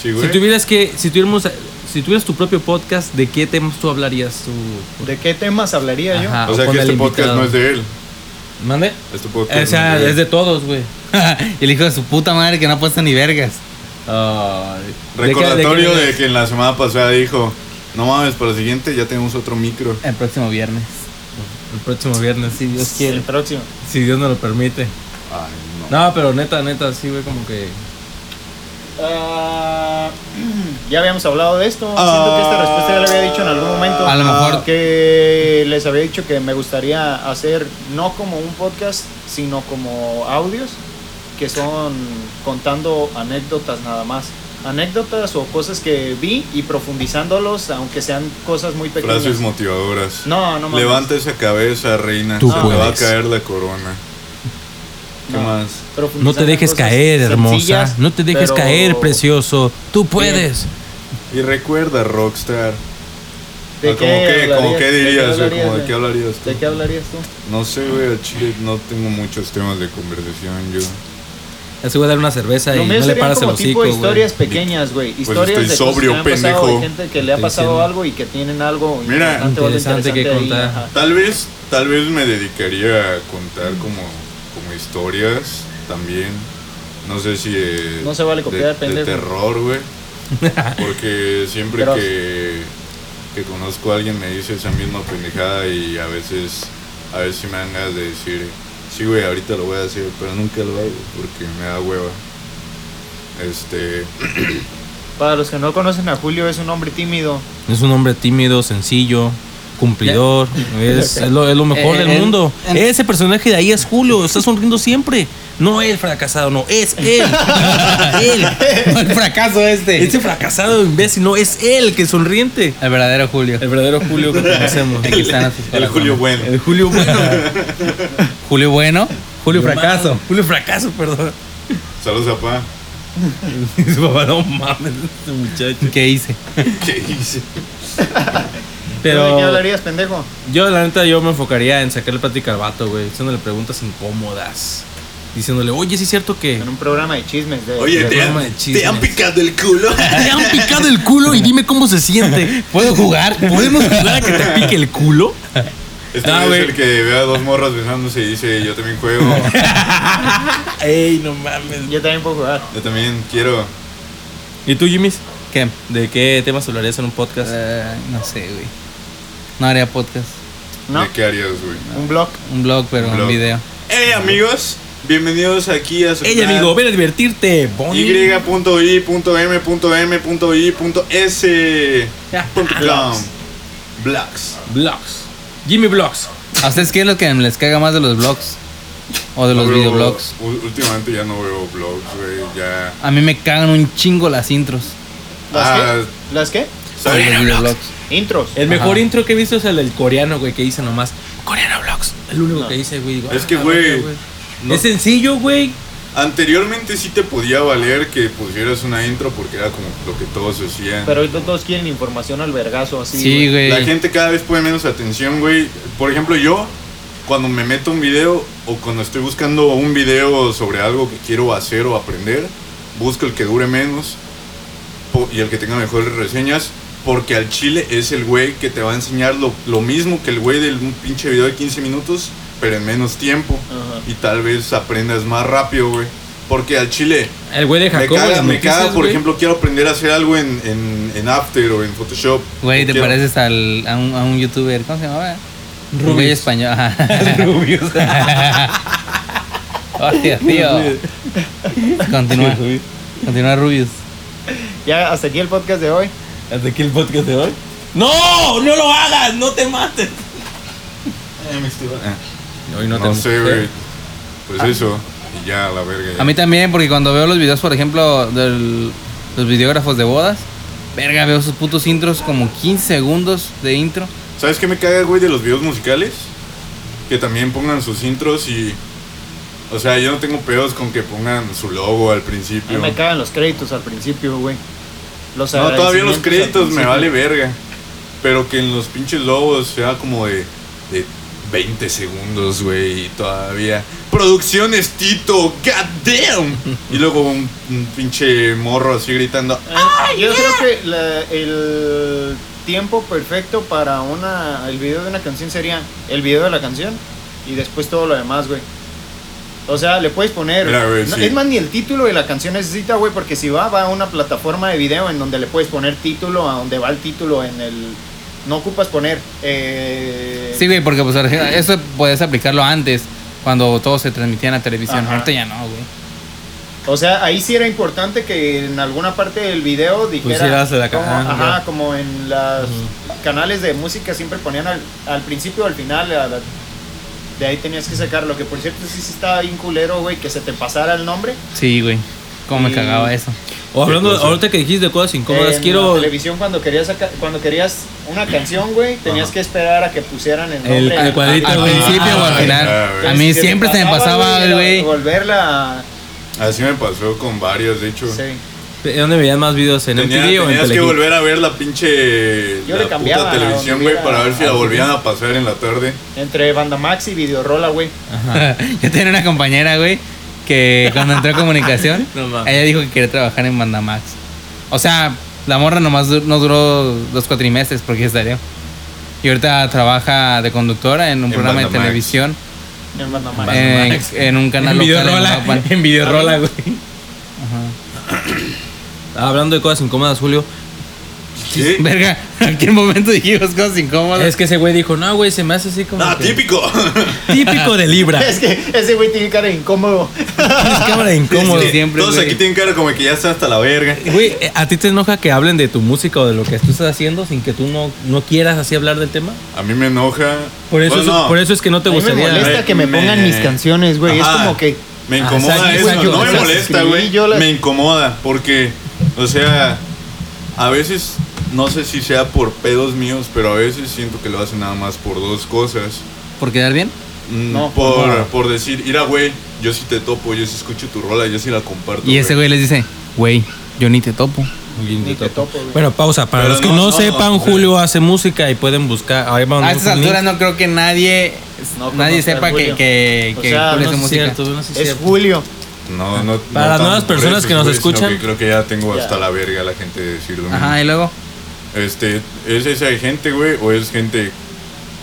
C: Sí,
B: Si
C: güey.
B: tuvieras que, si tuviéramos, si tuvieras tu propio podcast, ¿de qué temas tú hablarías tú?
E: ¿De qué temas hablaría yo?
B: Ajá,
C: o sea
B: con
C: que
B: el
C: este podcast
B: invitado.
C: no es de él.
B: ¿Mande?
C: Este podcast
B: Ah, O sea,
C: no
B: es
C: es de
B: de
C: él.
B: todos, güey.
D: y (laughs) el hijo de su puta madre que no ha puesto ni vergas.
B: Ay. ¿De qué-
C: Recordatorio
B: de
C: de,
B: qué-
C: que en la semana pasada dijo, no mames, para el siguiente ya tenemos otro micro.
D: El próximo viernes.
B: El próximo viernes, si Dios
E: El
B: quiere.
E: próximo.
B: Si Dios nos lo permite.
C: Ay, no.
B: No, pero neta, neta, sí, güey, como que.
E: Ah, (clears throat) ya habíamos hablado de esto. Siento
C: Ah.
E: que esta respuesta ya la había dicho en algún momento.
D: A lo mejor.
E: Que les había dicho que me gustaría hacer no como un podcast, sino como audios que son contando anécdotas nada más. Anécdotas o cosas que vi y profundizándolos, aunque sean cosas muy pequeñas.
C: Frases motivadoras.
E: No, no mames.
C: Levanta esa cabeza, reina.
B: Tú
C: se te va a
B: puedes.
C: caer la corona. ¿Qué
E: No.
C: más?
E: Profundizando
B: No te dejes
E: cosas
B: caer, hermosa.
E: sencillas,
B: No te dejes
E: pero-
B: caer, precioso. Tú puedes.
C: Y recuerda, Rockstar.
E: ¿De
C: Ah, ¿Cómo qué,
E: hablarías?
C: ¿Cómo qué dirías, güey? ¿Cómo ¿De
E: hablarías,
C: qué hablarías tú?
E: ¿De qué hablarías tú?
C: No sé, güey, al chile no tengo muchos temas de conversación yo.
B: Ya se voy a dar una cerveza
E: Lo
B: y no
E: mío
B: le
E: serían
B: paras el
E: como
B: hocico,
E: tipo de
B: güey.
E: historias pequeñas, güey. Historias
C: Pues estoy
E: de
C: sobrio,
E: cosas que me han pasado,
C: pendejo.
E: de gente que le ha
B: Te
E: pasado
B: diciendo.
E: algo y que tienen algo
C: Mira,
E: importante o algo
B: interesante que
E: interesante ahí,
B: contar.
E: ajá.
C: Tal vez, tal vez me dedicaría a contar como, como historias también. No sé si eh,
E: No se vale copiar,
C: de- de
E: pendejo.
C: terror,
E: (laughs)
C: güey. Porque siempre
E: Pero-
C: que, que conozco a alguien me dice esa misma pendejada y a veces, a veces sí me dan ganas de decir, sí, güey, ahorita lo voy a hacer, pero nunca lo hago porque me da hueva. Este,
E: Para los que no conocen a Julio, es un hombre tímido.
B: Es un hombre tímido, sencillo, cumplidor. Es, es lo, es lo mejor
D: Eh,
B: del
D: en-
B: mundo.
D: en-
B: Ese personaje de ahí es Julio. Está sonriendo siempre. No el fracasado, no. Es (laughs) él. (laughs) él.
D: No, el fracaso este.
B: Ese fracasado imbécil, no. Es él que es sonriente.
D: El verdadero Julio.
B: El verdadero Julio (laughs) que conocemos.
D: Aquí están a sus
C: el
D: corazones.
C: Julio Bueno.
B: El (laughs) Julio bueno.
D: Julio Bueno. Julio Fracaso.
B: Julio fracaso, perdón.
C: Saludos, papá.
B: Y (laughs) su papá, no mames, este muchacho.
D: ¿Qué hice?
C: ¿Qué hice?
E: Pero... ¿De qué
B: Pero
E: hablarías, pendejo?
B: yo, la neta, yo me enfocaría en sacarle plática al vato, güey. Haciéndole preguntas incómodas. Diciéndole, oye, sí es cierto que
E: En un programa de chismes. De,
C: Oye,
E: de-
C: te
B: broma de
C: han,
B: chismes.
C: te han picado el culo.
B: (laughs) te han picado el culo y dime cómo se
C: (laughs)
B: siente.
D: ¿Puedo jugar?
B: ¿Podemos jugar a que te pique el culo?
C: Este
B: No,
C: es
B: güey.
C: el que ve a dos morras besándose y dice, yo también juego, (laughs)
B: Ey, no mames.
E: Yo también puedo jugar.
C: yo también quiero.
B: ¿Y tú, Jimis?
D: ¿Qué?
B: ¿De qué temas hablarías en un podcast?
D: Eh, no sé, güey. No haría podcast.
E: ¿No?
C: ¿De qué harías, güey?
E: Un blog.
D: Un blog, pero
C: Un
D: un,
C: blog.
D: video.
C: Hey, amigos, bienvenidos aquí a su
B: Ey,
C: canal
B: amigo, ven a divertirte, Bonnie.
C: Y.i.m.m.i.s.
B: Ya.
C: Blom. Blacks.
B: Blogs. Jimmy Blogs.
D: ¿A ustedes qué es lo que les caga más de los blogs? O de los
C: No veo-
D: videoblogs.
C: u- Últimamente ya no veo blogs, güey. Ya.
D: A mí me cagan un chingo las intros.
E: ¿Las
C: Ah.
E: qué? ¿Las qué?
D: De
C: ¿Sabes?
D: los videoblogs.
E: Intros.
B: El
D: Ajá.
B: mejor intro que he visto es el del coreano, güey, que dice nomás coreano blogs. El único que dice, güey. digo,
C: Es
B: ah,
C: que,
B: la
C: güey,
B: verga,
C: no-
B: Es sencillo, güey.
C: Anteriormente sí te podía valer que pusieras una intro porque era como lo que todos hacían.
E: Pero hoy todos quieren información al vergazo así.
D: Sí, güey.
C: La gente cada vez pone menos atención, güey. Por ejemplo, yo, cuando me meto un video o cuando estoy buscando un video sobre algo que quiero hacer o aprender, busco el que dure menos po- y el que tenga mejores reseñas. Porque al chile es el güey que te va a enseñar lo, lo mismo que el güey del un pinche video de 15 minutos, pero en menos tiempo.
E: Ajá.
C: Y tal vez aprendas más rápido, güey. Porque al chile,
B: El güey de
C: me
B: Jacobo.
C: caga,
B: las
C: me
B: noticias,
C: caga, por
B: güey. (laughs)
C: ejemplo, quiero aprender a hacer algo en, en- en After o en Photoshop.
D: Güey, te
C: Quiero-
D: pareces al, a, un, a un youtuber. ¿Cómo se llamaba?
B: Rubius.
D: Un Güey español. (laughs) Ajá.
B: Rubius.
D: Hostia, tío. Continúa. Continúa, Rubius.
E: Ya hasta aquí el podcast de hoy.
B: Hasta aquí el podcast de hoy. ¡No! ¡No lo hagas! ¡No te mates!
E: Eh,
D: Ah,
B: Hoy
C: No,
B: no, te
C: sé, güey. Pues eso. Y ya, la verga. ya.
D: A mí también, porque cuando veo los videos, por ejemplo, de los videógrafos de bodas, verga, veo sus putos intros como 15 segundos de intro.
C: ¿Sabes qué me caga, güey, de los videos musicales? Que también pongan sus intros y. O sea, yo no tengo pedos con que pongan su logo al
E: A mí
C: principio.
E: me cagan los créditos al principio, güey. Los
C: no, todavía los
E: agradecimientos al
C: créditos me
E: principio.
C: vale verga. Pero que en los pinches logos sea como de, de 20 segundos, güey, y todavía. Producciones Tito, goddamn. Y luego un, un pinche morro así gritando.
E: Eh, Yo creo que la- el tiempo perfecto para una el video de una canción sería el video de la canción y después todo lo demás, güey. O sea, le puedes poner.
C: Mira, güey,
E: no,
C: sí.
E: Es más, ni el título de la canción necesita, güey, porque si va, va a una plataforma de video en donde le puedes poner título, a donde va el título en el. No ocupas poner. eh,
D: Sí, güey, porque pues, eso podías aplicarlo antes, cuando todo se transmitía en la televisión.
E: Ajá.
D: Ahorita ya no, güey.
E: O sea, ahí sí era importante que en alguna parte del video dijera.
B: Pusieras la
E: como,
B: ca- ah,
E: ajá,
B: ya.
E: como en los canales de música siempre ponían al, al principio o al final. a la- de ahí tenías que sacarlo. Que por cierto, sí, sí estaba bien culero, güey, que se te pasara el nombre.
D: Sí, güey. ¿Cómo
E: Y-
D: me cagaba eso?
B: O hablando,
C: cosa?
B: ahorita que dijiste de cosas incómodas,
E: en
B: quiero
E: la televisión, cuando querías, saca- cuando querías una canción, güey, tenías que esperar a que pusieran el
B: El-
E: nombre.
B: el cuadrito,
D: Al
B: Ah,
D: principio o al
C: ah,
D: final.
C: ah, güey.
D: a mí
E: Entonces, si te
D: siempre se me pasaba, güey.
E: Volverla. a-
C: Así me pasó con varios, de hecho.
E: Sí.
B: ¿Dónde veían más videos? ¿En
C: Tenía-
B: MTV o en
C: tenías que
B: Telehit?
C: volver a ver la pinche
E: Yo
C: la
E: le cambiaba
C: puta
E: a
C: televisión,
E: donde
C: güey,
E: hubiera-
C: para ver si la
E: a-
C: volvían a pasar en la tarde.
E: Entre Bandamax y Videorola, güey.
D: (laughs) Yo tenía una compañera, güey, que cuando entró a comunicación,
B: No mames.
D: ella dijo que quería trabajar en Bandamax. O sea, la morra nomás du- no duró los cuatrimestres porque se salió. Y ahorita trabaja de conductora en un
C: En
D: programa de
C: Bandamax.
D: televisión,
E: En Bandamax.
D: en,
B: Bandamax.
D: en un canal
B: En
D: local en
B: videorola,
D: Uruapan.
B: (laughs) en videorola, güey. Ah, Hablando de cosas incómodas, Julio.
C: ¿Qué?
D: (laughs) Verga, ¿en qué momento dijimos cosas incómodas?
B: Es que ese güey dijo, no, güey, se me hace así como.
C: Ah,
B: que-
C: típico.
B: típico de
E: (laughs)
B: Libra.
E: Es que ese güey tiene cara de incómodo.
B: Tienes cámara de incómodo.
C: (laughs)
D: Como
C: Es que
D: siempre,
C: Todos
D: güey.
C: aquí tienen cara como que ya están hasta la verga.
B: Güey, eh, ¿a ti te enoja que hablen de tu música o de lo que tú estás haciendo sin que tú no, no quieras así hablar del tema?
C: A mí me enoja.
B: Por eso,
C: Bueno,
B: es,
C: no.
B: por eso es que no te
E: Pues A mí me
B: gustaría.
E: molesta
C: ver,
E: que me pongan
C: me-
E: mis canciones, güey. Es
C: Ajá.
E: como que.
C: Me
B: Ah,
C: incomoda
B: o sea, yo-
C: eso. no me
B: yo las
C: molesta,
E: escribí,
C: güey.
E: yo las-
C: Me incomoda porque, o sea, a veces, no sé si sea por pedos míos, pero a veces siento que lo hacen nada más por dos cosas.
D: ¿Por quedar bien?
C: Mm,
E: No,
C: por,
E: no.
C: por decir, mira, güey, yo sí te topo, yo sí escucho tu rola, yo sí la comparto.
D: Y ese güey les dice, güey, yo ni te topo.
E: Ni te topo, güey.
B: Bueno, pausa. Para
C: Pero
B: los que
C: no,
B: no,
C: no,
B: sepan,
C: no.
B: Julio hace música y pueden buscar. ahí vamos
D: A estas
B: un link.
D: alturas no creo que nadie,
E: No
D: nadie
E: conozco al
D: sepa que,
E: Julio.
D: que,
E: O
D: que
E: sea,
D: Julio
B: No,
D: hace
B: no es
D: música.
B: cierto, no es
E: Es
B: cierto.
E: julio.
C: No, no,
B: Ah, Para
C: no
B: las
C: tanto
B: nuevas
C: por
B: personas
C: eso,
B: que nos
C: güey, sino
B: escuchan.
C: que creo que ya tengo hasta
E: Ya.
C: la verga la gente de decir lo mismo.
D: Ajá, y luego.
C: Este, ¿es esa gente, güey? ¿O es gente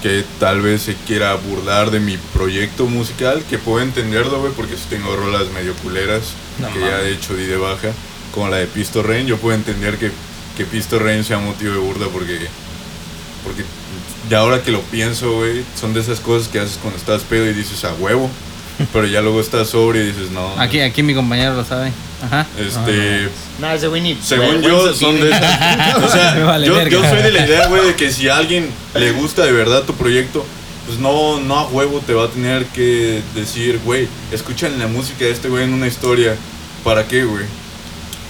C: que tal vez se quiera burlar de mi proyecto musical? Que puedo entenderlo, güey, porque si tengo rolas medio culeras,
B: No
C: que ya de hecho di de baja, como la de Pisto Rain, yo puedo entender que, que Pisto Rain sea motivo de burla porque, porque ya ahora que lo pienso, güey, son de esas cosas que haces cuando estás pedo y dices a huevo, pero ya luego estás sobre y dices no.
D: Aquí, aquí mi compañero lo sabe. Ajá.
C: Este,
B: Ah,
E: Nada, ese güey ni.
C: según
E: vergüenza
C: yo, son
E: tiene.
B: (laughs)
C: de esas. O sea,
B: Me vale
C: yo,
B: verga.
C: yo soy de la idea, güey, de que si a alguien le gusta de verdad tu proyecto, pues no, no a huevo te va a tener que decir, güey, escuchan la música de este güey en una historia. ¿Para qué, güey?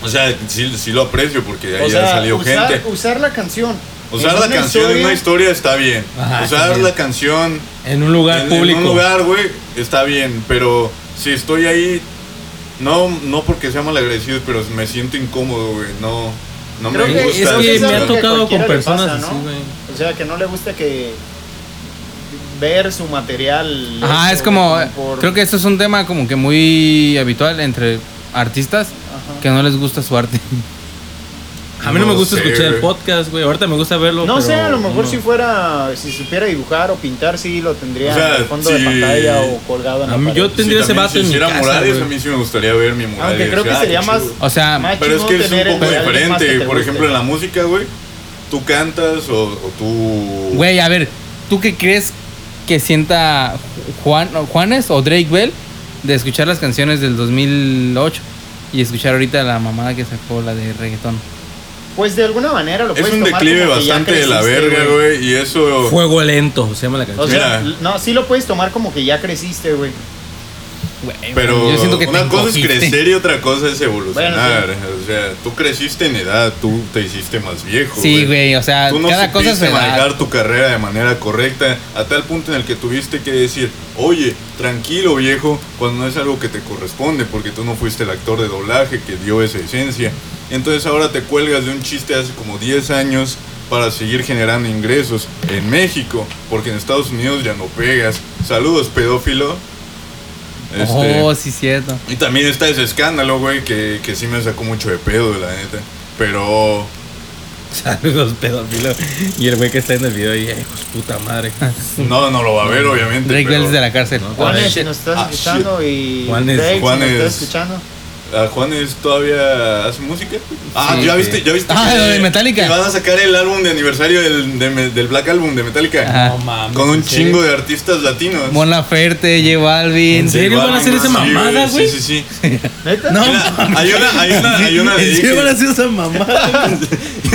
C: O sea, sí, sí lo aprecio porque de ahí
E: O sea,
C: ha salido
E: usar,
C: gente.
E: usar la canción.
C: Usar
E: en
C: la
E: una
C: canción en una historia está bien.
B: Ajá, está
C: Usar
B: bien.
C: la canción
B: En un lugar
C: en, en
B: público.
C: un lugar, güey, está bien, pero si estoy ahí, no, no porque sea malagradecido, pero me siento incómodo, güey, no, no me
E: Creo que-
C: gusta.
B: es
E: Creo
B: que
E: es
B: me
E: algo
B: ha
E: que
B: tocado con
E: cualquiera le
B: personas
E: pasa,
B: así,
E: ¿no?
B: güey.
E: O sea, que no le gusta que. Ver su material.
D: Ajá,
E: hecho,
D: es como.
E: güey, por-
D: Creo que esto es un tema como que muy habitual entre artistas
E: Ajá.
D: que no les gusta su arte. (laughs)
B: A mí no,
C: No
B: me gusta
C: sé,
B: escuchar el
C: güey.
B: podcast, güey. Ahorita me gusta verlo.
E: No
B: pero
E: sé, a lo mejor
B: no.
E: si fuera, si supiera dibujar o pintar, sí lo tendría
C: O sea,
E: en el fondo
C: sí.
E: de pantalla o colgado en
B: A
E: la
B: mí-
E: pared.
B: yo tendría ese
C: también
B: vato
C: si
B: en mi
C: hiciera
B: casa,
C: murales,
B: güey.
C: a mí sí me gustaría ver mi mural.
E: Aunque
C: y
E: creo que
C: decir, "Ah,
E: sería
C: qué
E: más-
C: chido".
D: O sea,
E: Más
C: Pero es
E: chingón
C: que es
E: tener
C: un poco
E: el- alguien más que
C: diferente,
E: te
C: por
E: guste.
C: ejemplo, en la música, güey, tú cantas o, o tú...
D: güey, a ver, ¿tú qué crees que sienta Juan, no, Juanes o Drake Bell de escuchar las canciones del 2008 y escuchar ahorita la mamada que sacó la de reggaetón?
E: Pues de alguna manera lo
C: es
E: puedes
C: un
E: tomar
C: declive
E: como que ya
C: bastante de la
E: creciste,
C: verga, güey, y eso...
B: Fuego lento, se llama la canción. (laughs)
E: O sea,
C: Mira.
E: no, sí lo puedes tomar como que ya creciste, güey.
D: Güey,
C: Pero
D: yo siento que te
C: una cosa
D: encogiste.
C: es crecer y otra cosa es evolucionar.
E: Bueno,
C: O sea, tú creciste en edad, tú te hiciste más viejo.
D: Sí, güey, o sea,
C: Tú no
D: cada cosa
C: supiste
D: se
C: manejar
D: da.
C: tu carrera de manera correcta a tal punto en el que tuviste que decir, oye, tranquilo viejo, cuando no es algo que te corresponde, porque tú no fuiste el actor de doblaje que dio esa esencia. Entonces ahora te cuelgas de un chiste hace como 10 años para seguir generando ingresos en México, porque en Estados Unidos ya no pegas. Saludos, pedófilo. Este,
D: Oh, sí, cierto.
C: y también está ese escándalo, güey, que, que sí me sacó mucho de pedo, la neta. Pero
B: Saludos, pedófilo. Y el güey que está en el video ahí, hijos puta madre.
C: no, no lo va a ver, obviamente.
D: Drake Bell
C: pero-
D: es de la cárcel.
E: Juanes, si
D: Shit.
E: nos estás
C: Ah,
E: escuchando y
B: Juanes,
E: Drake, si
C: Juanes.
E: nos estás escuchando.
C: ¿A Juanes todavía hace música? Ah,
D: Sí,
C: ya
D: sí.
C: viste, ya viste.
D: Ah, lo de Metallica.
C: Que van a sacar el álbum de aniversario del, de me- del Black Album de Metallica.
D: Ajá. No
B: mames,
C: Con un
B: ¿en serio?
C: chingo de artistas latinos.
D: Mon Laferte, J Balvin.
B: ¿En serio van a hacer esa
C: Sí,
B: mamada, güey?
C: Sí, sí, sí.
E: ¿Neta?
B: No,
C: Mira, hay una, hay una,
B: (laughs)
C: hay una de
B: ¿En serio van a
C: Drake.
B: hacer esa mamada?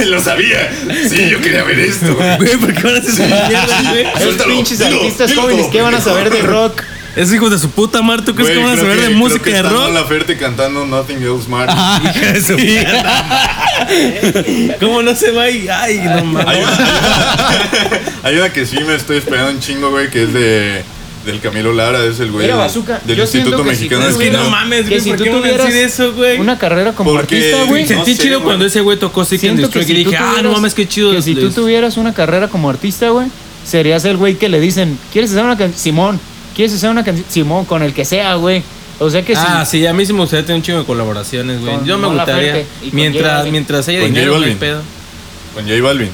C: Lo sabía. Sí, yo quería
B: (laughs)
C: ver esto, güey.
B: Güey, ¿por qué van a hacer esa mierda, güey?
E: Esos
C: Suéltalo,
E: pinches
C: dilo,
E: artistas
C: dilo
E: jóvenes
C: todo,
E: que van a
C: pendejo.
E: saber de rock.
B: Esos hijos de su puta madre, ¿tú crees
C: Güey,
B: que van a
C: creo
B: saber
C: que-
B: de
C: creo
B: música
C: que
B: y de
C: está
B: rock?
C: Mon Laferte cantando Nothing Else Matters.
B: Hija
C: (laughs)
B: de su puta. ¿Cómo no se va ahí? Ay, no
C: Hay
B: mames.
C: una, (laughs) hay una que sí me estoy esperando un chingo, güey, que es de del Camilo Lara, es el güey
E: Mira,
C: del-
E: Bazooka,
C: del
E: yo
C: Instituto
E: siento que si
C: Mexicano
E: tú
C: del
B: Es que no
C: Cine.
B: mames,
E: Que
B: güey,
E: si
B: ¿por
E: tú
B: qué van a
E: tuvieras
B: decir eso, güey?
E: Una carrera como
C: Porque-
E: artista, güey.
C: Sí,
B: Sentí
C: no sé,
B: chido
C: güey.
B: cuando ese güey tocó Seek and
E: Siento que
B: Destroy
E: si
B: y
E: tú
B: dije, ah, no
E: tuvieras-
B: mames, qué chido.
E: Que si tú
B: les-
E: tuvieras una carrera como artista, güey, serías el güey que le dicen, ¿quieres hacer una canción? Simón, ¿quieres hacer una canción? Simón, con el que sea, güey.
F: O sea que
B: ah,
F: sí.
B: sí, a mí sí me gustaría tener un chingo de colaboraciones, güey.
F: Con
B: Yo me
F: Mon
B: gustaría,
F: Laferte y con J
B: mientras,
F: Balvin.
B: mientras haya
C: Con J
B: dinero, no hay
C: Balvin.
B: pedo.
C: Con J Balvin.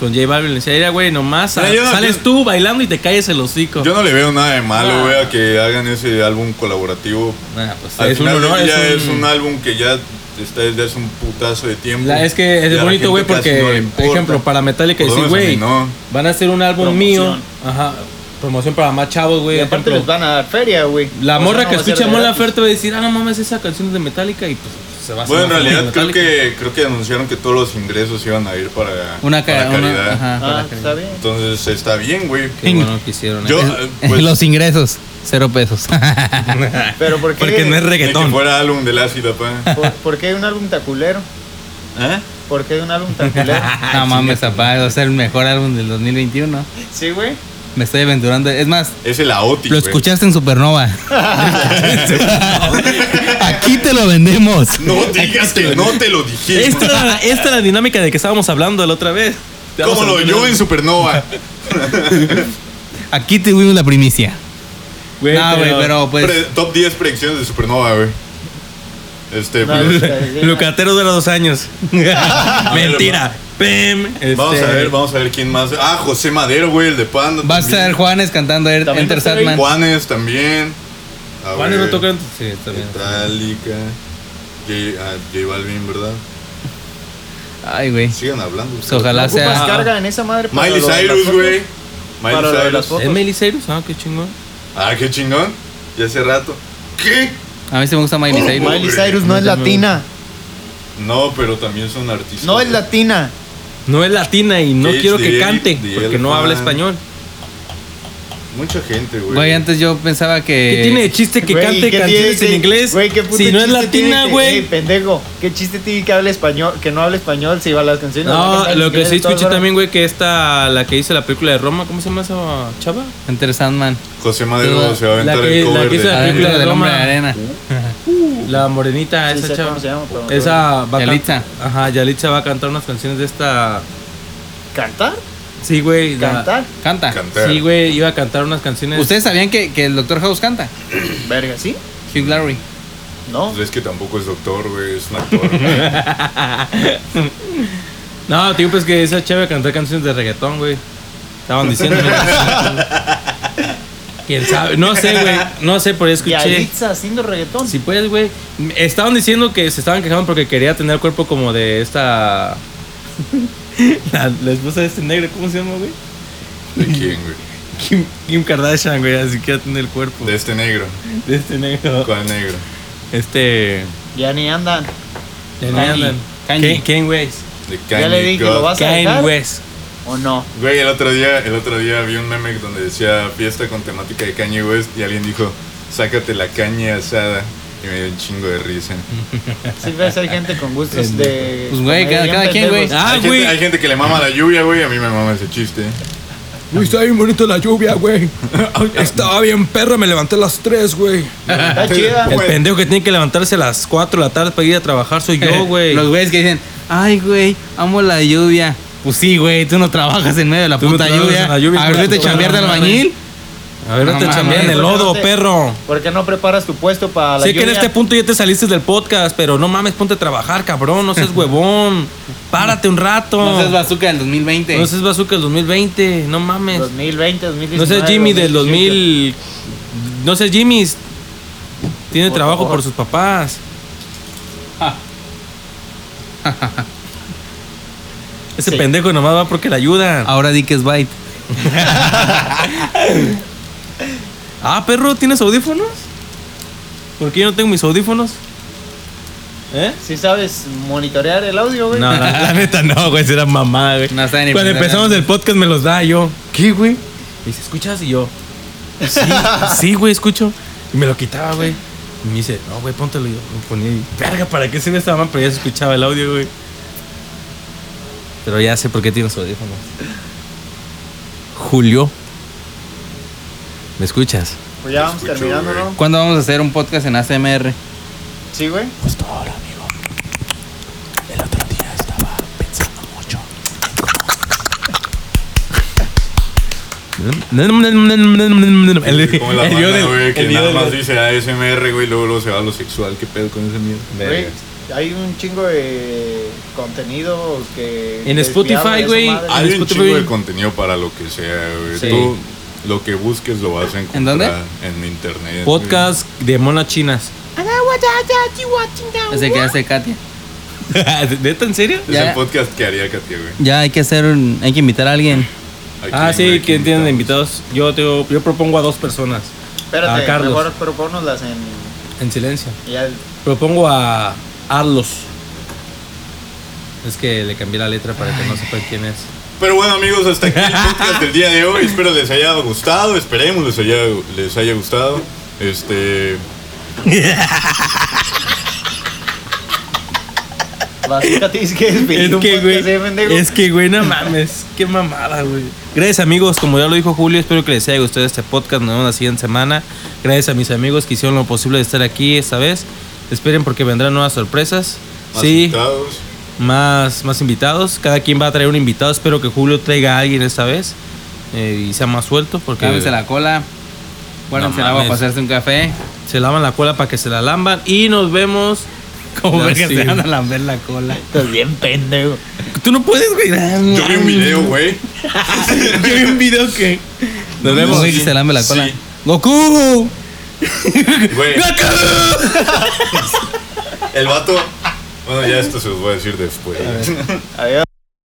B: Con J Balvin, le decía, "Mira, güey, nomás
C: Mira, yo no-
B: sales
C: yo-
B: tú bailando y te calles el hocico.
C: Yo no le veo nada de malo,
B: Ah.
C: güey, a que hagan ese álbum colaborativo.
B: Ah, pues,
C: Al
B: es un
C: final del
B: honor, es
C: día es
B: un-
C: un álbum que ya está desde hace un putazo de tiempo.
B: La- es que
C: Y a
B: es
C: la
B: bonito,
C: gente
B: güey,
C: casi no le
B: porque, por
C: importa.
B: ejemplo, para Metallica
C: Por lo
B: decir,
C: menos a
B: güey,
C: mí no.
B: van a hacer un álbum
E: Promoción.
B: mío. Ajá, promoción para más chavos, güey.
E: Y
B: por
E: aparte les
B: ejemplo.
E: van a dar feria, güey.
B: La
E: O sea,
B: morra
E: no
B: que
E: va a ser
B: escucha a
E: de
B: Mon
E: gratis.
B: Laferte va a decir, ah, no mames, esa canción es de Metallica y pues se va a
C: Bueno, en
B: hacer una
C: realidad
B: canción
C: creo
B: de
C: que, creo que anunciaron que todos los ingresos iban a ir para,
D: Una, ca-
C: para
D: una-
C: caridad.
D: ajá, para
E: Ah,
D: la caridad.
E: está bien.
C: Entonces está bien, güey.
B: Metallica. Qué
D: (laughs)
B: bueno que hicieron
C: Yo,
B: eso.
C: eh, pues,
D: Los ingresos,
C: (laughs)
D: cero pesos.
E: Pero ¿por
B: (laughs)
E: qué,
B: Porque no es
C: ni que
B: reggaetón.
C: fuera álbum del ácido,
B: (laughs)
C: pa.
E: por, por qué un álbum taculero?
C: ¿Eh?
E: ¿Por qué un álbum
B: (laughs)
E: taculero?
D: (laughs) no mames, papá, va a ser el mejor álbum del 2021.
E: sí, güey.
D: Me estoy aventurando. Es más,
C: Es el AOTI,
D: lo
C: güey.
D: escuchaste
C: (laughs)
D: en Supernova. (laughs) Aquí te lo vendemos.
C: No digas que no te lo dije.
B: Esta era, la- esta era la dinámica de que estábamos hablando la otra vez. Te vamos
C: Como
B: a
C: lo
B: poner-
C: yo en Supernova.
D: Aquí te tuvimos la primicia.
B: Güey,
D: no, güey, pero
C: Pre-
D: pues.
C: top 10 predicciones de Supernova, güey. Este,
E: No,
C: pues,
E: está-
B: Lucatero de los dos
C: (laughs)
B: años. Mentira. Pem.
C: vamos
B: Este,
C: a ver, vamos a ver quién más. Ah, José Madero, güey, el de Panda.
D: Va a
C: también.
D: estar Juanes cantando Er-
E: También va a
D: Enter
E: estar
D: Sandman.
C: Juanes también. A
B: ¿Cuándo
C: ver,
B: no tocan? Sí, está bien.
C: Metallica. J, ah, J Balvin, ¿verdad?
D: Ay, güey.
C: Sigan hablando.
D: Pues ojalá
E: ¿Ocupas
B: ah,
D: sea.
E: carga en esa madre? para
C: Miley
E: lo de las
C: Cyrus,
E: fotos?
C: güey.
E: Para lo
C: Miley
E: de las
C: Cyrus.
E: fotos.
B: ¿Es Miley Cyrus? Ah, qué chingón.
C: Ah, qué chingón. Ya hace rato. ¿Qué?
D: A mí se me gusta Miley
B: Oh,
D: Cyrus.
E: Miley Cyrus no es latina.
C: No, pero también son artistas.
E: No es latina.
B: No es latina y no
C: Sí,
B: quiero
C: sí,
B: que
C: el-
B: cante
C: el
B: porque no
C: fan.
B: habla español.
C: Mucha gente, güey.
D: Güey, antes yo pensaba que.
B: ¿Qué tiene de chiste que
E: Güey,
B: cante
E: ¿qué
B: canciones
E: tiene-
B: en inglés?
E: Güey, ¿qué puto
B: si no es
E: chiste tiene
B: latina,
E: que- eh, Ey,
B: güey.
E: pendejo, ¿qué chiste tiene que hable español, que no hable español si va a las canciones? van a
B: No,
E: cantar en
B: lo que
E: inglés,
B: sí
E: todas
B: escuché
E: van a-
B: también, güey, que esta, la que hizo la película de Roma, ¿cómo se llama esa chava?
D: Enter Sandman.
C: José Madero
D: La-
C: se va a
B: la
C: aventar
B: que-
C: el
B: la
C: cover
B: que hizo
C: de-
B: la película
D: Adentro
B: de
D: del hombre de
B: Roma.
D: arena.
B: La morenita,
E: Sí,
B: ah, esa
E: sé
B: chava.
E: cómo se llama, pero no me acuerdo.
B: Esa va a
D: Yalitza.
B: cantar. Ajá, Yalitza va a cantar unas canciones de esta.
E: ¿Cantar?
B: Sí, güey. la-
E: ¿Cantar?
D: Canta.
C: Cantar.
B: Sí, güey, iba a cantar unas canciones.
D: ¿Ustedes sabían que, que el Dr. House canta?
E: Verga, ¿sí?
D: Hugh Laurie.
E: No.
C: Pues es que tampoco es doctor, güey, es
B: (laughs)
C: un actor. güey.
B: No, tío, pues que esa chava cantó canciones de reggaetón, güey. Estaban diciendo. ¿no? ¿Quién sabe? No sé, güey. No sé, pero yo escuché.
E: Yalitza haciendo reggaetón.
B: Si puedes, güey. Estaban diciendo que se estaban quejando porque quería tener el cuerpo como de esta. (laughs) La, la esposa de este negro, ¿cómo se llama, güey?
C: ¿De quién, güey?
B: Kim, Kim Kardashian, güey. Así que tener el cuerpo
C: De este negro.
B: de este negro.
C: ¿Cuál negro?
B: Este.
E: Ya ni andan.
B: Kanye.
D: Kanye.
B: Kanye. Kanye West.
C: De Kanye
E: Ya le dije,
C: God.
E: ¿lo vas a
B: Kanye
E: dejar
B: West.
E: o no?
C: Güey, el otro día, el otro día vi un meme donde decía fiesta con temática de Kanye West y alguien dijo, "Sácate la caña asada." Y me dio un chingo de risa.
E: Sí, ves, hay gente con gustos de...
D: Pues, güey, cada- cada quien, güey.
E: pendejos.
B: Ah,
C: hay,
B: güey.
C: gente, hay gente que le mama la lluvia, güey, a mí me mama ese chiste.
B: Uy, está bien bonito la lluvia, (laughs) güey. Estaba bien perra, me levanté a las 3, güey.
E: Está chida.
B: El
C: Güey.
B: pendejo que tiene que levantarse a las 4 de la tarde para ir a trabajar soy
D: (laughs)
B: yo, güey.
D: Eh, Los güeyes que dicen, ay, güey, amo la lluvia. Pues sí, güey, tú no trabajas en medio de la
B: Tú no
D: puta
B: trabajas
D: lluvia.
B: en la lluvia,
D: a ver,
B: hijo de
D: vete a
B: tu
D: chambear de
B: madre.
D: albañil.
B: A ver, no
D: No
B: te
D: mames.
B: chambean el lodo, perro.
E: ¿Por qué no preparas tu puesto para la
B: Sé que en
E: lluvia?
B: este punto ya te saliste del podcast, pero no mames, ponte a trabajar, cabrón. No seas huevón. Párate un rato.
D: No seas bazooka del 2020.
B: No seas bazooka del 2020. No mames.
E: 2020, 2019.
B: No seas Jimmy del
E: 2018.
B: 2000. No seas Jimmy. Tiene
E: Por
B: trabajo
E: favor.
B: por sus papás. Ese
E: Sí.
B: pendejo nomás va porque le ayudan.
D: Ahora di que es bite.
B: Ah, perro, ¿tienes audífonos? ¿Por qué yo no tengo mis audífonos? ¿Eh?
E: Si sabes monitorear el audio, güey.
B: No, la, (laughs) la neta no, güey, será mamada, güey.
D: No sabe ni
B: Cuando
D: pensar
B: empezamos
D: nada.
B: el podcast me los da yo. ¿Qué, güey? Me dice, ¿escuchas? Y yo, (laughs) sí, sí, güey, escucho. Y me lo quitaba, güey. Y me dice, no, güey, póntelo. Y yo me ponía ahí, verga, ¿para qué sirve esta mamá? Pero ya se escuchaba el audio, güey. Pero ya sé por qué tienes audífonos. Julio, ¿me escuchas?
E: Pues ya vamos
C: Escucho,
E: terminando,
C: güey.
E: ¿no?
D: ¿Cuándo vamos a hacer un podcast en ACMR?
E: Sí, güey.
G: Justo ahora, amigo. El otro día estaba pensando mucho.
B: El, el,
C: Como la
B: el
C: banda,
B: video del-
C: güey, que
B: el video
C: nada más
B: del-
C: dice ASMR, güey, luego, luego se va a lo sexual. ¿Qué pedo con ese miedo?
B: Verga.
E: Güey, Hay un chingo de contenidos que.
B: En Spotify,
E: desviado de esa
B: güey,
E: madre.
B: hay-
C: Hay un
B: Spotify.
C: chingo de contenido para lo que sea, güey.
B: Sí.
C: Tú lo que busques lo vas a encontrar.
D: ¿En dónde?
C: En internet. güey.
B: Podcast de monas
C: (laughs)
B: chinas.
D: Ese que hace Katia.
B: ¿Neta, en serio?
C: Es
D: Ya-
C: el podcast que haría Katia, güey.
D: Ya hay que hacer, un- hay que invitar a alguien.
C: Hay
B: Ah,
C: hay
B: sí, que tienen
C: invitar.
B: invitados. Yo, te- yo propongo a dos personas
E: Espérate,
B: Ah, Carlos.
E: mejor propónoslas en.
B: en silencio.
E: Ya,
B: Propongo a Arlos. Es que le cambié la letra para que no sepa quién es.
C: Pero bueno amigos, hasta
B: (laughs)
C: aquí el podcast del día de hoy. Espero les haya gustado, esperemos les haya, les haya gustado. Este,
E: Básicamente (laughs) es que es
B: Es
E: un
B: que,
E: podcast de pendejo.
B: güey. Es que, güey, no mames. Qué mamada, güey. Gracias, amigos. Como ya lo dijo Julio, espero que les haya gustado este podcast. Nos vemos la siguiente semana. Gracias a mis amigos que hicieron lo posible de estar aquí esta vez. Esperen porque vendrán nuevas sorpresas.
C: más
B: sí,
C: invitados.
B: más, más invitados. Cada quien va a traer un invitado. Espero que Julio traiga a alguien esta vez. eh, y sea más suelto porque
D: Cámbiense la cola. Guárdense
B: No
D: el agua
B: mames.
D: para hacerse un café.
B: se lavan la cola para que se la lamban. Y nos vemos.
D: Como
B: la
D: verga se
B: siguiente-
D: van a lamber la cola.
E: Estás bien pendejo.
B: Tú no puedes, güey.
C: Yo vi un video, güey.
B: Yo vi un video que. Nos
D: Como
B: vemos.
D: güey que se lambe la cola.
C: Sí.
B: ¡Goku!
C: Güey, (laughs) el vato... Bueno, ya esto se los voy a decir después.
E: Adiós.